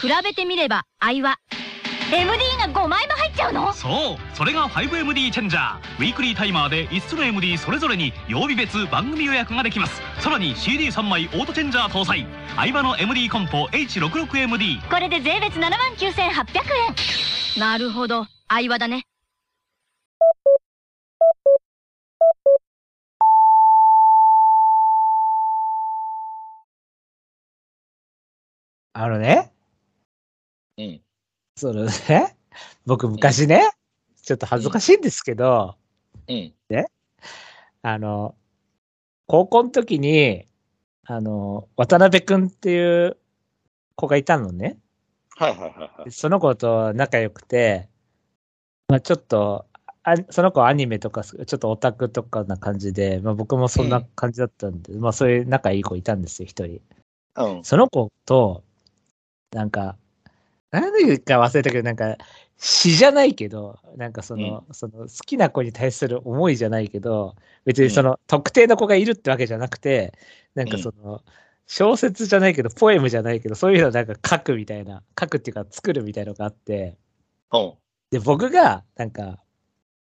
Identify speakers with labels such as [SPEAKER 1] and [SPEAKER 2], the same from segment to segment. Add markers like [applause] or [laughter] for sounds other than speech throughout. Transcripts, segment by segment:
[SPEAKER 1] 比べてみれば愛は MD が5枚も入っちゃうの
[SPEAKER 2] そうそれが 5MD チェンジャーウィークリータイマーで5つの MD それぞれに曜日別番組予約ができますさらに CD3 枚オートチェンジャー搭載相場の MD コンポ H66MD
[SPEAKER 1] これで税別7万9800円なるほど愛話だね
[SPEAKER 3] あのね、
[SPEAKER 4] うん。
[SPEAKER 3] そのね、僕昔ね、ちょっと恥ずかしいんですけど、
[SPEAKER 4] うん。
[SPEAKER 3] あの、高校の時に、あの、渡辺くんっていう子がいたのね。
[SPEAKER 4] はいはいはいは
[SPEAKER 3] で
[SPEAKER 4] い。
[SPEAKER 3] その子と仲良くて、まあちょっと、あその子はアニメとか、ちょっとオタクとかな感じで、まあ僕もそんな感じだったんで、まあそういう仲いい子いたんですよ、一人。
[SPEAKER 4] うん。
[SPEAKER 3] その子と、なんか、何でか忘れたけど、なんか、詩じゃないけど、なんかその、その好きな子に対する思いじゃないけど、別にその、特定の子がいるってわけじゃなくて、なんかその、小説じゃないけど、ポエムじゃないけど、そういうのをなんか書くみたいな、書くっていうか作るみたいなのがあって、
[SPEAKER 4] うん。
[SPEAKER 3] で、僕が、なんか、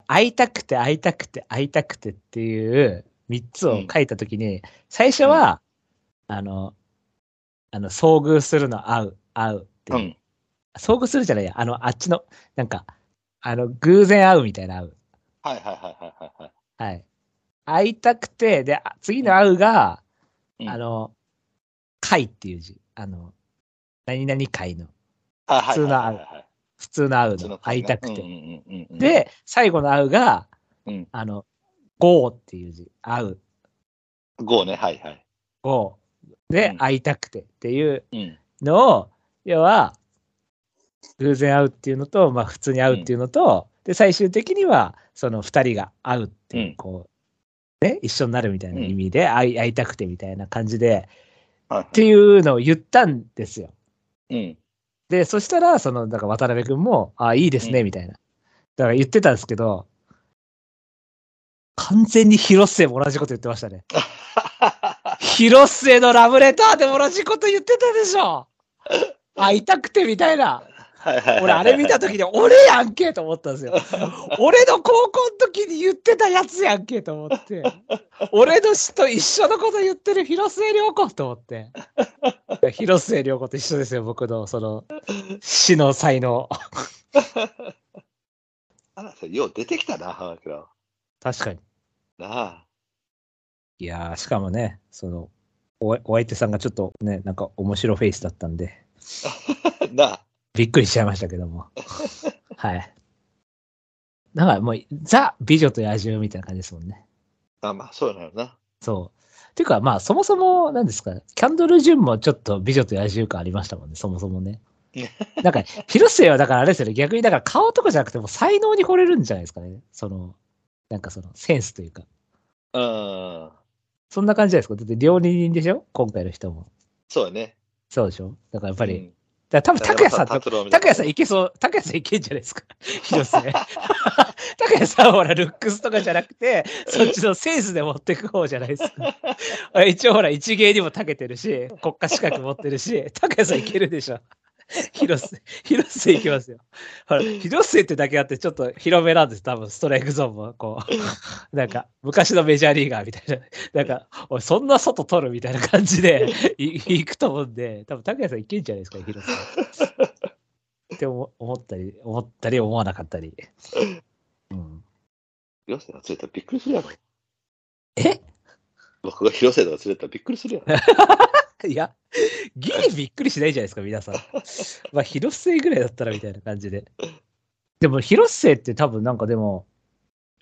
[SPEAKER 3] 会いたくて会いたくて会いたくてっていう3つを書いたときに、最初は、あの、あの、遭遇するの会う、会うっていう
[SPEAKER 4] う、ん。
[SPEAKER 3] 遭遇するじゃないや、あの、あっちの、なんか、あの、偶然会うみたいな会う。
[SPEAKER 4] はいはいはいはいはいはい。
[SPEAKER 3] はい。会いたくて、で、あ次の会うが、
[SPEAKER 4] うん
[SPEAKER 3] あの、会っていう字。あの、何々会の。
[SPEAKER 4] はいはいはいはいはい
[SPEAKER 3] 普通の会う
[SPEAKER 4] 普通
[SPEAKER 3] の。
[SPEAKER 4] の
[SPEAKER 3] 会いたく
[SPEAKER 4] うん
[SPEAKER 3] て。
[SPEAKER 4] うんうんうん、
[SPEAKER 3] で、最後の会うが、
[SPEAKER 4] うん
[SPEAKER 3] あの、go っていう字。会う。
[SPEAKER 4] 5ね、はいはい。
[SPEAKER 3] go。で、
[SPEAKER 4] うん
[SPEAKER 3] 会いたくてっていう
[SPEAKER 4] うん。
[SPEAKER 3] のを、要は、偶然会うっていうのと、まあ普通に会うっていうのと、で、最終的には、その二人が会うっていうう、
[SPEAKER 4] ん
[SPEAKER 3] こう、ね、一緒になるみたいな意味で、会い会いたくてみたいな感じで、
[SPEAKER 4] はいはい
[SPEAKER 3] っていうのを言ったんですよ。
[SPEAKER 4] うん。
[SPEAKER 3] で、そしたら、その、なんか渡辺くんも、あいいですね、
[SPEAKER 4] うん
[SPEAKER 3] みたいな。だから言ってたんですけど、完全に広末も同じこと言ってました
[SPEAKER 4] [laughs]
[SPEAKER 3] ね。広末のラブレターでも同じこと言ってたでしょ会いたくてみたいな。
[SPEAKER 4] はいはいはいはい
[SPEAKER 3] 俺、あれ見た時に、俺やんけと思ったん [laughs] ですよ。俺の高校の時に言ってたやつやんけと思って。俺の死と一緒のこと言ってる広末涼子と思って。広末涼子と一緒ですよ、僕の、その、死の才能。
[SPEAKER 4] あら、それよう出てきたな、浜倉。
[SPEAKER 3] 確かに。
[SPEAKER 4] なあ。 [laughs]
[SPEAKER 3] いやー、しかもね、その、おお相手さんがちょっとね、なんか面白フェイスだったんで、
[SPEAKER 4] なあ。
[SPEAKER 3] びっくりしちゃいましたけど [laughs] も。はい。だからもう、ザ・美女と野獣みたいな感じですもんね。
[SPEAKER 4] あまあ、そうなのな。
[SPEAKER 3] そう。ていうか、まあ、そもそも、なんですか、キャンドル・ジュンもちょっと美女と野獣感ありましたもんね、そもそも [laughs] ね。なんか、広末はだからあれですよね、逆にだから顔とかじゃなくてもう才能に惚れるんじゃないですかね。その、なんかその、センスというか。
[SPEAKER 4] うん。
[SPEAKER 3] そんな感じじゃないですか。だって料理人でしょ今回の人も。
[SPEAKER 4] そうやね。
[SPEAKER 3] そうでしょだからやっぱり、
[SPEAKER 4] うん、
[SPEAKER 3] だから多分、拓也さんと
[SPEAKER 4] 拓也
[SPEAKER 3] 拓也さんいけそう、拓也さんいけんじゃないですか。広末。拓也さんはほら、ルックスとかじゃなくて、そっちのセンスで持ってく方じゃないですか。一応ほら、一芸にも長けてるし、国家資格持ってるし、拓也さんいけるでしょ。広末、広末いきますよ。ほら、広末ってだけあって、ちょっと広めなんです、多分、ストライクゾーンも、こう、なんか、昔のメジャーリーガーみたいな、なんか、おい、そんな外取るみたいな感じで、いいくと思うんで、多分、拓也さんいけんじゃないですか、広末。って思思ったり、思ったり、思わなかったり。うん、
[SPEAKER 4] 広瀬が釣れたらびっくりするやろ。
[SPEAKER 3] え
[SPEAKER 4] 僕が広瀬とか釣れたらびっくりするや
[SPEAKER 3] [laughs]
[SPEAKER 4] ろ。
[SPEAKER 3] いや、ギリびっくりしないじゃないですか、皆さん。まあ、広末ぐらいだったらみたいな感じで。でも、広末って多分なんかでも、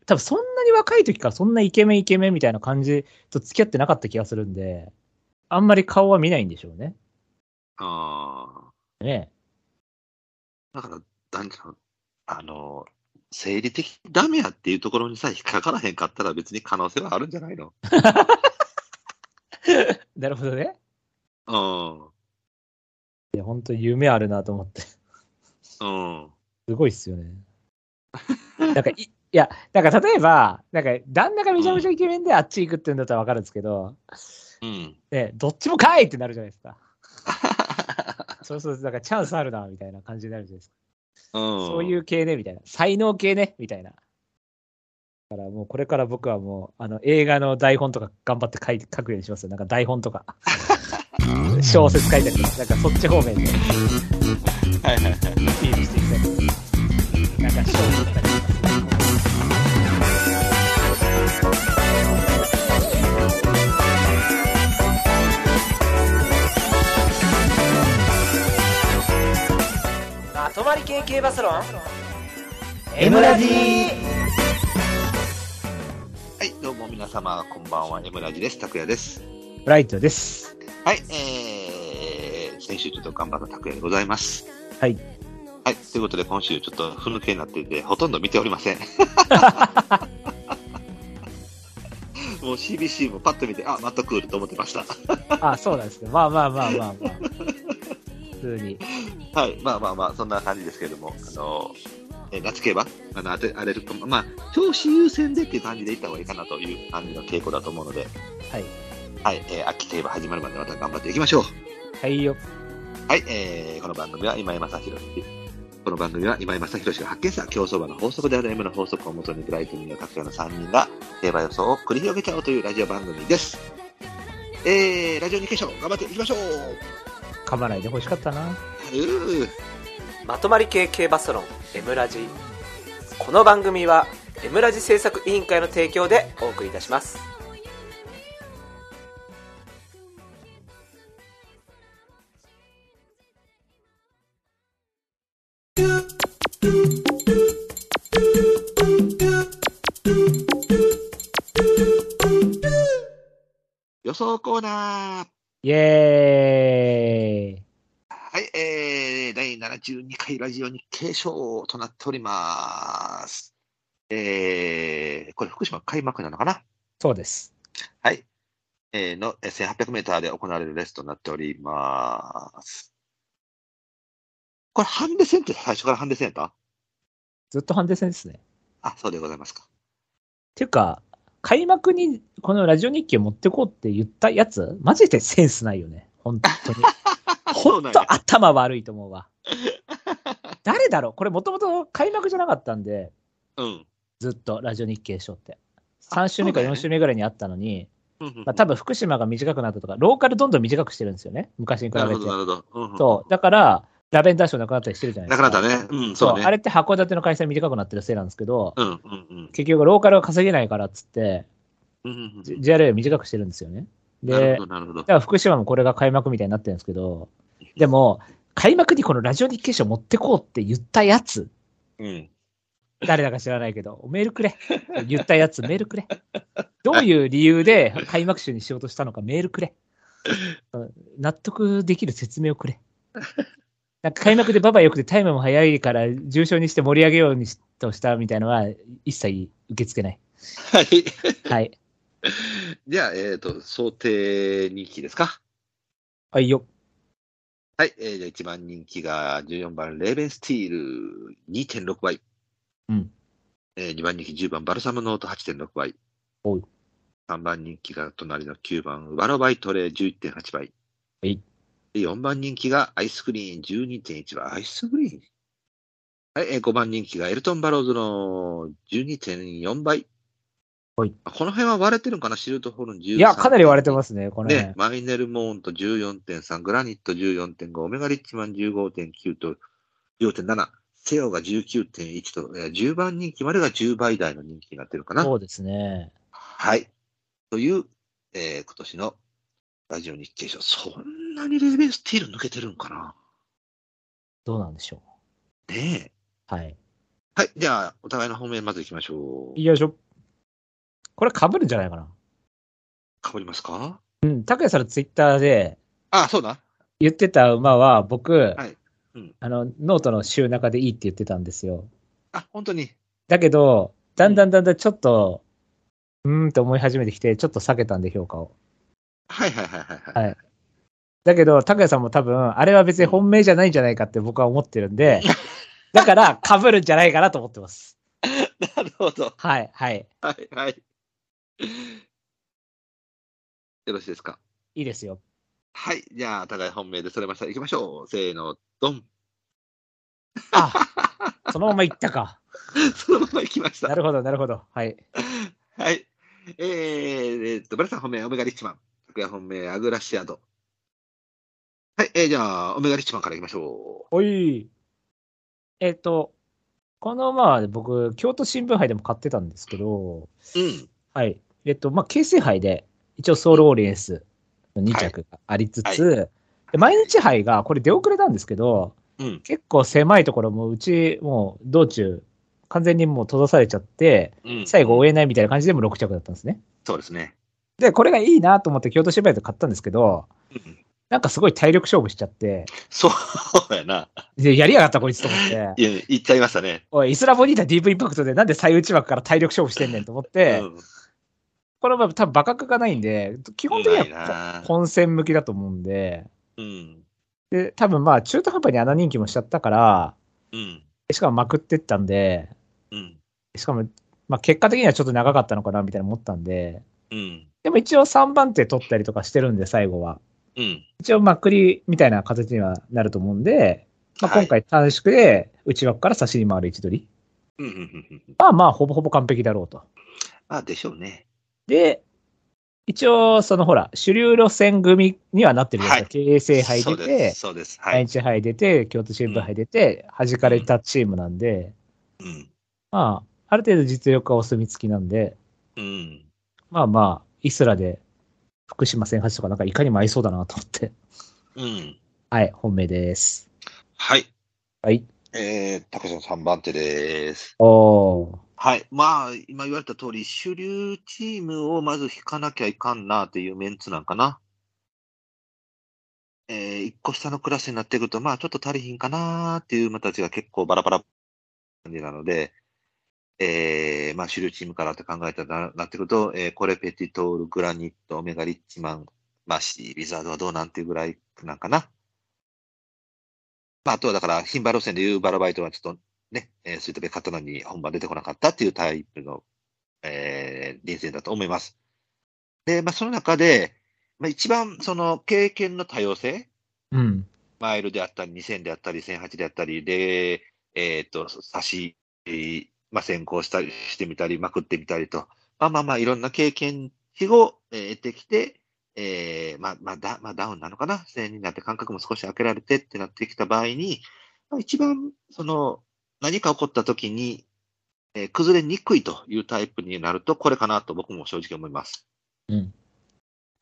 [SPEAKER 3] 多分そんなに若い時からそんなイケメンイケメンみたいな感じと付き合ってなかった気がするんで、あんまり顔は見ないんでしょうね。
[SPEAKER 4] あ
[SPEAKER 3] ね
[SPEAKER 4] あ。だから、なんちゃうあの、生理的ダメやっていうところにさ、引っかからへんかったら別に可能性はあるんじゃないの
[SPEAKER 3] なるほどね。
[SPEAKER 4] う
[SPEAKER 3] いや、本当に夢あるなと思って。
[SPEAKER 4] ん。うん。
[SPEAKER 3] すごいっすよね。なんかい、いや、なんか例えば、なんか、旦那がめちゃめちゃイケメンであっち行くって言うんだったらわかるんですけど、
[SPEAKER 4] うん。
[SPEAKER 3] ね、どっちもかいってなるじゃないですか。そうそう、だからチャンスあるな、みたいな感じになるじゃないですか。
[SPEAKER 4] うん。
[SPEAKER 3] そういう系ね、みたいな。才能系ね、みたいな。だからもうこれから僕はもう、あの、映画の台本とか頑張って書いて書くようにしますよ。なんか台本と
[SPEAKER 4] [laughs]
[SPEAKER 3] か。小説書いたり、なんかそっち方面で。
[SPEAKER 4] はいはいはい。
[SPEAKER 3] 整理していきたいと思いますなんか賞を取ったりとかまとまり系系バスロン
[SPEAKER 5] M ラジ
[SPEAKER 4] はい、どうも皆様、こんばんは。エムラジです。拓也です。
[SPEAKER 3] ブライトです
[SPEAKER 4] はい、えー、先週ちょっと頑張った拓也でございます。
[SPEAKER 3] はい。
[SPEAKER 4] はい、ということで今週ちょっとふぬけになっていて、ほとんど見ており
[SPEAKER 3] [laughs]
[SPEAKER 4] ません。もう CBC もパッと見て、あ、またクールと思ってました。
[SPEAKER 3] あそうなんですねまあまあまあまあまあ普通に
[SPEAKER 4] はい、まあまあまあ、そんな感じですけども、あの、えー夏競馬あの、あて、あれると、まあ、調子優先でっていう感じでいった方がいいかなという感じの傾向だと思うので、
[SPEAKER 3] はい
[SPEAKER 4] はい、えー秋競馬始まるまでまた頑張っていきましょう。
[SPEAKER 3] はいよ
[SPEAKER 4] はい、えー、この番組は今井正弘この番組は今井正弘が発見した競走馬の法則である M の法則をもとにブライトニーの各社の3人が競馬予想を繰り広げちゃおうというラジオ番組です。えー、ラジオニケーション頑張っていきましょう
[SPEAKER 3] 噛まないで欲しかったな
[SPEAKER 4] うー
[SPEAKER 5] まとまり系系バスロン M ラジこの番組は M ラジ制作委員会の提供でお送りいたします
[SPEAKER 4] 予想コーナー
[SPEAKER 3] イエーイ
[SPEAKER 4] はい、えー、第72回ラジオに継承となっております。えー、これ福島開幕なのかな
[SPEAKER 3] そうです
[SPEAKER 4] はい。えー、のえー1800メーターで行われるレースとなっております。これ、ハンデ戦って最初からハンデ戦やった
[SPEAKER 3] ずっと判定戦ですね
[SPEAKER 4] あ、そうでございますか。
[SPEAKER 3] ていうか、開幕にこのラジオ日記を持ってこうって言ったやつ、マジでセンスないよね。本当
[SPEAKER 4] [laughs]
[SPEAKER 3] に。
[SPEAKER 4] そう
[SPEAKER 3] 本
[SPEAKER 4] なんや
[SPEAKER 3] 当頭悪いと思うわ。誰だろうこれもともと開幕じゃなかったんで、
[SPEAKER 4] うん。
[SPEAKER 3] ずっとラジオ日経賞って。
[SPEAKER 4] あ
[SPEAKER 3] 3週目か
[SPEAKER 4] そうだよ
[SPEAKER 3] 4
[SPEAKER 4] ね
[SPEAKER 3] 週目ぐらいにあったのに、
[SPEAKER 4] うん
[SPEAKER 3] まあ、多分福島が短くなったとか、ローカルどんどん短くしてるんですよね。昔に比べ
[SPEAKER 4] な
[SPEAKER 3] て
[SPEAKER 4] るほ。ど、なるほど。うんうん
[SPEAKER 3] そう。だから、ラベンダー賞なくなったりしてるじゃないで
[SPEAKER 4] な
[SPEAKER 3] す
[SPEAKER 4] く
[SPEAKER 3] か。
[SPEAKER 4] なったね。うん、そうね。
[SPEAKER 3] あれって函館の開催短くなってるせいなんですけど、
[SPEAKER 4] うん、うん、うん
[SPEAKER 3] 結局ローカルが稼げないからっつって、
[SPEAKER 4] うんうんうん。
[SPEAKER 3] JRA を短くしてるんですよね。
[SPEAKER 4] なる
[SPEAKER 3] で
[SPEAKER 4] ほ、ど、なるほど
[SPEAKER 3] だ。から福島もこれが開幕みたいになってるんですけど、でも、開幕にこのラジオ日経賞持ってこうって言ったやつ、
[SPEAKER 4] うん。
[SPEAKER 3] 誰だか知らないけど、メールくれ。言った
[SPEAKER 4] [laughs]
[SPEAKER 3] やつ、メールくれ。どういう理由で開幕週にしようとしたのか、メールくれ。納得できる説明をくれ。なんか開幕でババよくてタイムも早いから、重症にして盛り上げようにしとしたみたいのは、一切受け付けない。
[SPEAKER 4] はい。
[SPEAKER 3] はい。
[SPEAKER 4] [laughs] じゃあ、えっ、と、想定人気ですか。
[SPEAKER 3] はいよ。
[SPEAKER 4] はい。えー、じゃあ一番人気が14番、レーベンスティール2.6倍。
[SPEAKER 3] うん。
[SPEAKER 4] えー、2番人気10番、バルサムノート8.6倍。
[SPEAKER 3] おう
[SPEAKER 4] 3番人気が隣の9番、ワロバイトレー11.8倍。
[SPEAKER 3] はい
[SPEAKER 4] で。4番人気がアイスクリーン12.1倍。アイスクリーンはい、えー、5番人気がエルトン・バローズの12.4倍。
[SPEAKER 3] はい
[SPEAKER 4] あ。この辺は割れてるのかなシルトホルン13.2。
[SPEAKER 3] いや、かなり割れてますね、この辺。
[SPEAKER 4] ね、マイネルモーンと14.3、グラニット14.5、オメガリッチマン15.9と4.7、セオが19.1と、えー10番人気までが10倍台の人気になってるかな。
[SPEAKER 3] そうですね。
[SPEAKER 4] はい。という、えー今年のラジオ日経賞。そんなにレベルスティール抜けてるんかな
[SPEAKER 3] どうなんでしょ
[SPEAKER 4] ねえ。
[SPEAKER 3] う。はい。
[SPEAKER 4] はい。じゃあ、お互いの方面まず行きましょう。
[SPEAKER 3] よいしょ。これ被るんじゃないかな。
[SPEAKER 4] かぶりますか
[SPEAKER 3] うん、拓也さんのツイッターで
[SPEAKER 4] あ、そうだ。
[SPEAKER 3] 言ってた馬は、僕、
[SPEAKER 4] はいうん
[SPEAKER 3] あの、ノートの週中でいいって言ってたんですよ。
[SPEAKER 4] あ、本当に。
[SPEAKER 3] だけど、だんだんだんだんちょっと、うーんって思い始めてきて、ちょっと避けたんで評価を。
[SPEAKER 4] はいはいはいはい。はい
[SPEAKER 3] はいだけど、拓也さんも多分、あれは別に本命じゃないんじゃないかって僕は思ってるんで、だから被るんじゃないかなと思ってます。
[SPEAKER 4] [laughs] なるほど。
[SPEAKER 3] はい、はい。
[SPEAKER 4] はいはい。よろしいですか
[SPEAKER 3] いいですよ。
[SPEAKER 4] はい。じゃあ、お互い本命でそれました。行きましょう。せーの、ドン。 [laughs]
[SPEAKER 3] あ、そのまま行ったか。
[SPEAKER 4] そのまま行きました
[SPEAKER 3] な。るほど、なるほど。はい。
[SPEAKER 4] はい。えー、えーっと、ブラさん本命、オメガリッチマン。拓也本命、アグラシアド。はい。えー、じゃあ、オメガリッチマンから行きましょ
[SPEAKER 3] おい。えっ、と、このまあ僕、京都新聞杯でも買ってたんですけど、
[SPEAKER 4] う。うん。
[SPEAKER 3] はい。えっと、まあ、京成杯で、一応ソウルオーリエンスの2着がありつつ、で毎日杯が、これ出遅れたんですけど、
[SPEAKER 4] うん。
[SPEAKER 3] 結構狭いところもう、うち、もう、道中、完全にもう閉ざされちゃって、
[SPEAKER 4] うん。
[SPEAKER 3] 最後追えないみたいな感じでも6着だったんですね。
[SPEAKER 4] そうですね。
[SPEAKER 3] で、これがいいなと思って京都芝居で買ったんですけど
[SPEAKER 4] うん、
[SPEAKER 3] なんかすごい体力勝負しちゃって、
[SPEAKER 4] そうやな。
[SPEAKER 3] で、やりやがったこいつと思って、
[SPEAKER 4] いや、行っちゃいましたね。
[SPEAKER 3] おい、イスラボニータディープインパクトでなんで最内枠から体力勝負してんねんと思って、
[SPEAKER 4] うん。
[SPEAKER 3] これは多分馬鹿がないんで、基本的
[SPEAKER 4] うまい
[SPEAKER 3] に
[SPEAKER 4] な
[SPEAKER 3] は本戦向きだと思うんで、
[SPEAKER 4] うん。
[SPEAKER 3] で、多分まあ中途半端に穴人気もしちゃったから、
[SPEAKER 4] うん。
[SPEAKER 3] しかもまくってったんで、
[SPEAKER 4] うん。
[SPEAKER 3] しかも、まあ結果的にはちょっと長かったのかなみたいな思ったんで、
[SPEAKER 4] うん。
[SPEAKER 3] でも一応3番手取ったりとかしてるんで、最後は。
[SPEAKER 4] うん。
[SPEAKER 3] 一応まくりみたいな形にはなると思うんで、まあ、
[SPEAKER 4] はい
[SPEAKER 3] 今回短縮で内枠から差しに回る位置取り。
[SPEAKER 4] うんうんうんうん。
[SPEAKER 3] まあまあ、ほぼほぼ完璧だろうと。
[SPEAKER 4] あ、でしょうね。
[SPEAKER 3] で、一応、そのほら、主流路線組にはなってるじゃないですか。京成杯
[SPEAKER 4] そ
[SPEAKER 3] 出
[SPEAKER 4] うで
[SPEAKER 3] て
[SPEAKER 4] す。、そうです。は
[SPEAKER 3] 毎
[SPEAKER 4] い。
[SPEAKER 3] 日杯出て、京都新聞杯出て、弾かれたチームなんで、
[SPEAKER 4] うん。
[SPEAKER 3] まあ、ある程度実力はお墨付きなんで、
[SPEAKER 4] うん。
[SPEAKER 3] まあまあ、イスラで福島戦8とかなんかいかにも合いそうだなと思って。
[SPEAKER 4] うん。
[SPEAKER 3] はい、本命です。
[SPEAKER 4] はい。
[SPEAKER 3] はい。
[SPEAKER 4] えー、タコさん三番手です。
[SPEAKER 3] おー。
[SPEAKER 4] はい。まあ、今言われた通り、主流チームをまず引かなきゃいかんなというメンツなんかな。えー、一個下のクラスになってくると、まあ、ちょっと足りひんかなっていう馬たちが結構バラバラ感じなので、えー、まあ、主流チームからって考えたらななってくると、えー、これ、ペティトール、グラニット、オメガリッチマン、まあ、シービザードはどうなんていうぐらいなんかな。まあ、あとはだから、牝馬路線でいうバラバイトはちょっとね、えー、そういったベ買ったのに本番出てこなかったっていうタイプの、えー、臨戦だと思います。で、まあ、その中で、まあ、一番その経験の多様性、
[SPEAKER 3] うん。
[SPEAKER 4] マイルであったり、2000であったり、1008であったりで、えっ、と、差し、えーまあ、先行したりしてみたり、まくってみたりと、まあまあまあ、いろんな経験値を、えー得てきて、えーまあまあだ、まあ、ダウンなのかな、1000になって感覚も少し開けられてってなってきた場合に、まあ、一番、その、何か起こった時に、えー崩れにくいというタイプになると、これかなと僕も正直思います。
[SPEAKER 3] うん。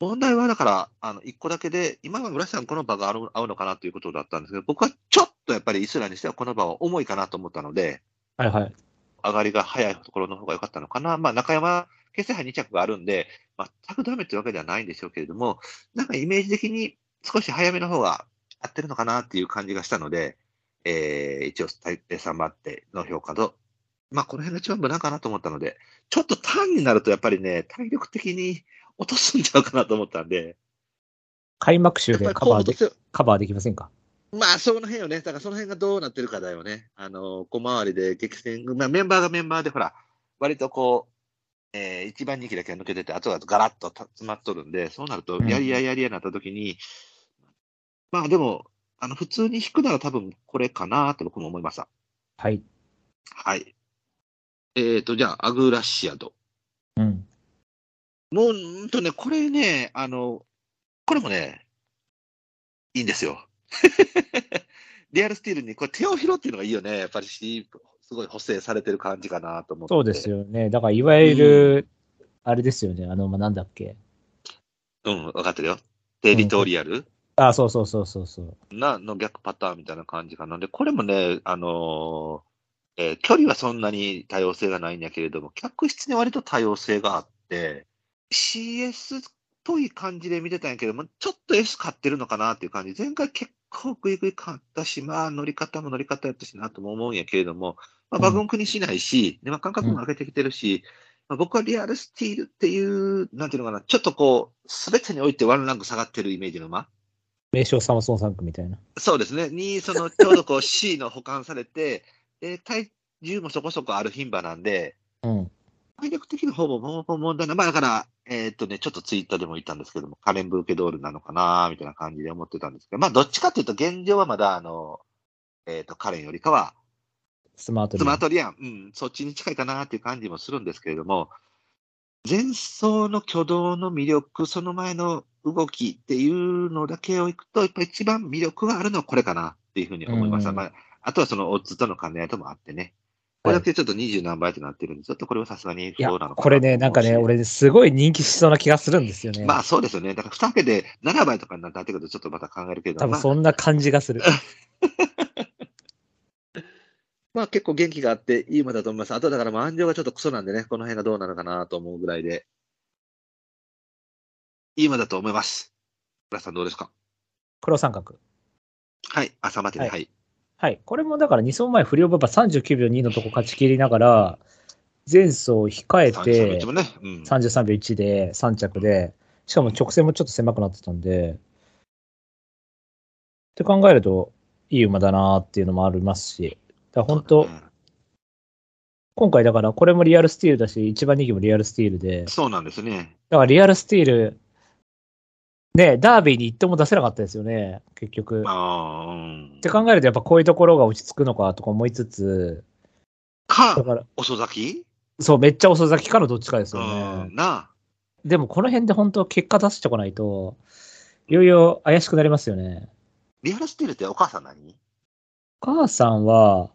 [SPEAKER 4] 問題はだから、あの、一個だけで、今は村瀬さんこの場が合う合うのかなということだったんですけど、僕はちょっとやっぱりイスラにしてはこの場は重いかなと思ったので、
[SPEAKER 3] はいはい。
[SPEAKER 4] 上がりが早いところの方が良かったのかな。まあ、中山、決戦杯2着があるんで、全くダメというわけではないんでしょうけれども、なんかイメージ的に少し早めの方が合ってるのかなっていう感じがしたので、えー、一応、3番手の評価と、まあ、この辺が一番無難かなと思ったので、ちょっとターンになるとやっぱりね、体力的に落とすんちゃうかなと思ったんで、
[SPEAKER 3] 開幕
[SPEAKER 4] や
[SPEAKER 3] 週
[SPEAKER 4] っぱ
[SPEAKER 3] で
[SPEAKER 4] り
[SPEAKER 3] カ
[SPEAKER 4] 候
[SPEAKER 3] バ
[SPEAKER 4] 補
[SPEAKER 3] ー
[SPEAKER 4] と
[SPEAKER 3] で
[SPEAKER 4] し、ては
[SPEAKER 3] カバーできませんか
[SPEAKER 4] まあ、その辺よね。だから、その辺がどうなってるかだよね。あの、小回りで激戦、まあ、メンバーがメンバーで、ほら、割とこう、えー、一番人気だけ抜けてて、あとはガラッとた詰まっとるんで、そうなると
[SPEAKER 3] う、ん
[SPEAKER 4] やりややりやになった時に、まあ、でも、あの、普通に引くなら多分これかなと僕も思いました。
[SPEAKER 3] はい。
[SPEAKER 4] はい。えーと、じゃあ、アグラシアド。
[SPEAKER 3] うん。
[SPEAKER 4] もう、うーんとね、これね、あの、これもね、いいんですよ。 [laughs] リアルスティールにこれ手を拾っていうのがいいよね。やっぱりし、すごい補正されてる感じかなと思って。
[SPEAKER 3] そうです
[SPEAKER 4] よ。
[SPEAKER 3] よね。だから、いわゆる、あれですよね。あの、まあ、なんだっけ。
[SPEAKER 4] うん、分かってるよ。テリトリアル
[SPEAKER 3] あ、そうそうそうそうそう。
[SPEAKER 4] なの逆パターンみたいな感じかな。で、これもね、あのーえー距離はそんなに多様性がないんやけれども、客室に割と多様性があって、CS っぽい感じで見てたんやけども、ちょっと S 買ってるのかなっていう感じ。前回結構グイグイ買ったし、まあ乗り方も乗り方やったしなとも思うんやけれども、まあ、バグンクにしないし、でまあ、感覚も上げてきてるし、まあ、僕はリアルスティールっていう、なんていうのかな、ちょっとこう、すべてにおいてワンランク下がってるイメージの馬。
[SPEAKER 3] 名称サムソン3区みたいな。
[SPEAKER 4] そうですね、にそのちょうどこう [laughs] C の保管されて、で体重もそこそこある牝馬なんで、
[SPEAKER 3] うん。
[SPEAKER 4] 体力的にほぼほぼ問題ない。まあだから、えーっとね、ちょっとツイッターでも言ったんですけども、カレンブーケドールなのかなみたいな感じで思ってたんですけど、まあどっちかっていうと現状はまだ、あの、えーっと、カレンよりかは、
[SPEAKER 3] スマート
[SPEAKER 4] ス
[SPEAKER 3] リ
[SPEAKER 4] マ
[SPEAKER 3] ア
[SPEAKER 4] ートリアン、うん、そっちに近いかなっていう感じもするんですけれども、前走の挙動の魅力、その前の動きっていうのだけをいくと、やっぱり一番魅力があるのはこれかなっていうふうに思います。
[SPEAKER 3] うん
[SPEAKER 4] まあ、あとはそのオッズとの兼ね合いともあってね。これだけちょっと二十何倍となってるんで、ちょっとこれはさすがに
[SPEAKER 3] いや
[SPEAKER 4] そうなのかなと思うし
[SPEAKER 3] これね、なんかね、。俺、すごい人気しそうな気がするんですよね。
[SPEAKER 4] まあそうですよね。だから二桁で7倍とかになってくるとちょっとまた考えるけど、
[SPEAKER 3] 多
[SPEAKER 4] ま
[SPEAKER 3] 分
[SPEAKER 4] あ
[SPEAKER 3] そんな感じが
[SPEAKER 4] [laughs]
[SPEAKER 3] する。
[SPEAKER 4] まあ結構元気があっていい馬だと思います。あとだから満場がちょっとクソなんでね、この辺がどうなのかなと思うぐらいで。いい馬だと思います。村さんどうですか
[SPEAKER 3] 黒三角。
[SPEAKER 4] はい、朝までね、は。
[SPEAKER 3] はいはい。これもだから2走前不良馬場39秒2のとこ勝ち切りながら、前走控え
[SPEAKER 4] 三者のう
[SPEAKER 3] て
[SPEAKER 4] ちも、ね、うん。
[SPEAKER 3] 33秒1で3着で、しかも直線もちょっと狭くなってたんで、って考えると、いい馬だなーっていうのもありますし、だから本当、今回だからこれもリアルスティールだし、1番人気もリアルスティールで、
[SPEAKER 4] そうなんですね。
[SPEAKER 3] だからリアルスティール、ね、ダービーに一点も出せなかったですよね、結局。っ
[SPEAKER 4] ああ、うん
[SPEAKER 3] て。考えると、やっぱこういうところが落ち着くのかとか思いつつ、だ
[SPEAKER 4] か、
[SPEAKER 3] から、
[SPEAKER 4] 遅咲き
[SPEAKER 3] そう、めっちゃ遅咲きからどっちかです
[SPEAKER 4] う
[SPEAKER 3] よ
[SPEAKER 4] ん
[SPEAKER 3] ね。。
[SPEAKER 4] なあ。
[SPEAKER 3] でもこの辺で本当結果出してこないと、いよいよ怪しくなりますよね。
[SPEAKER 4] リアルスティールってお母さん何
[SPEAKER 3] お母さんは、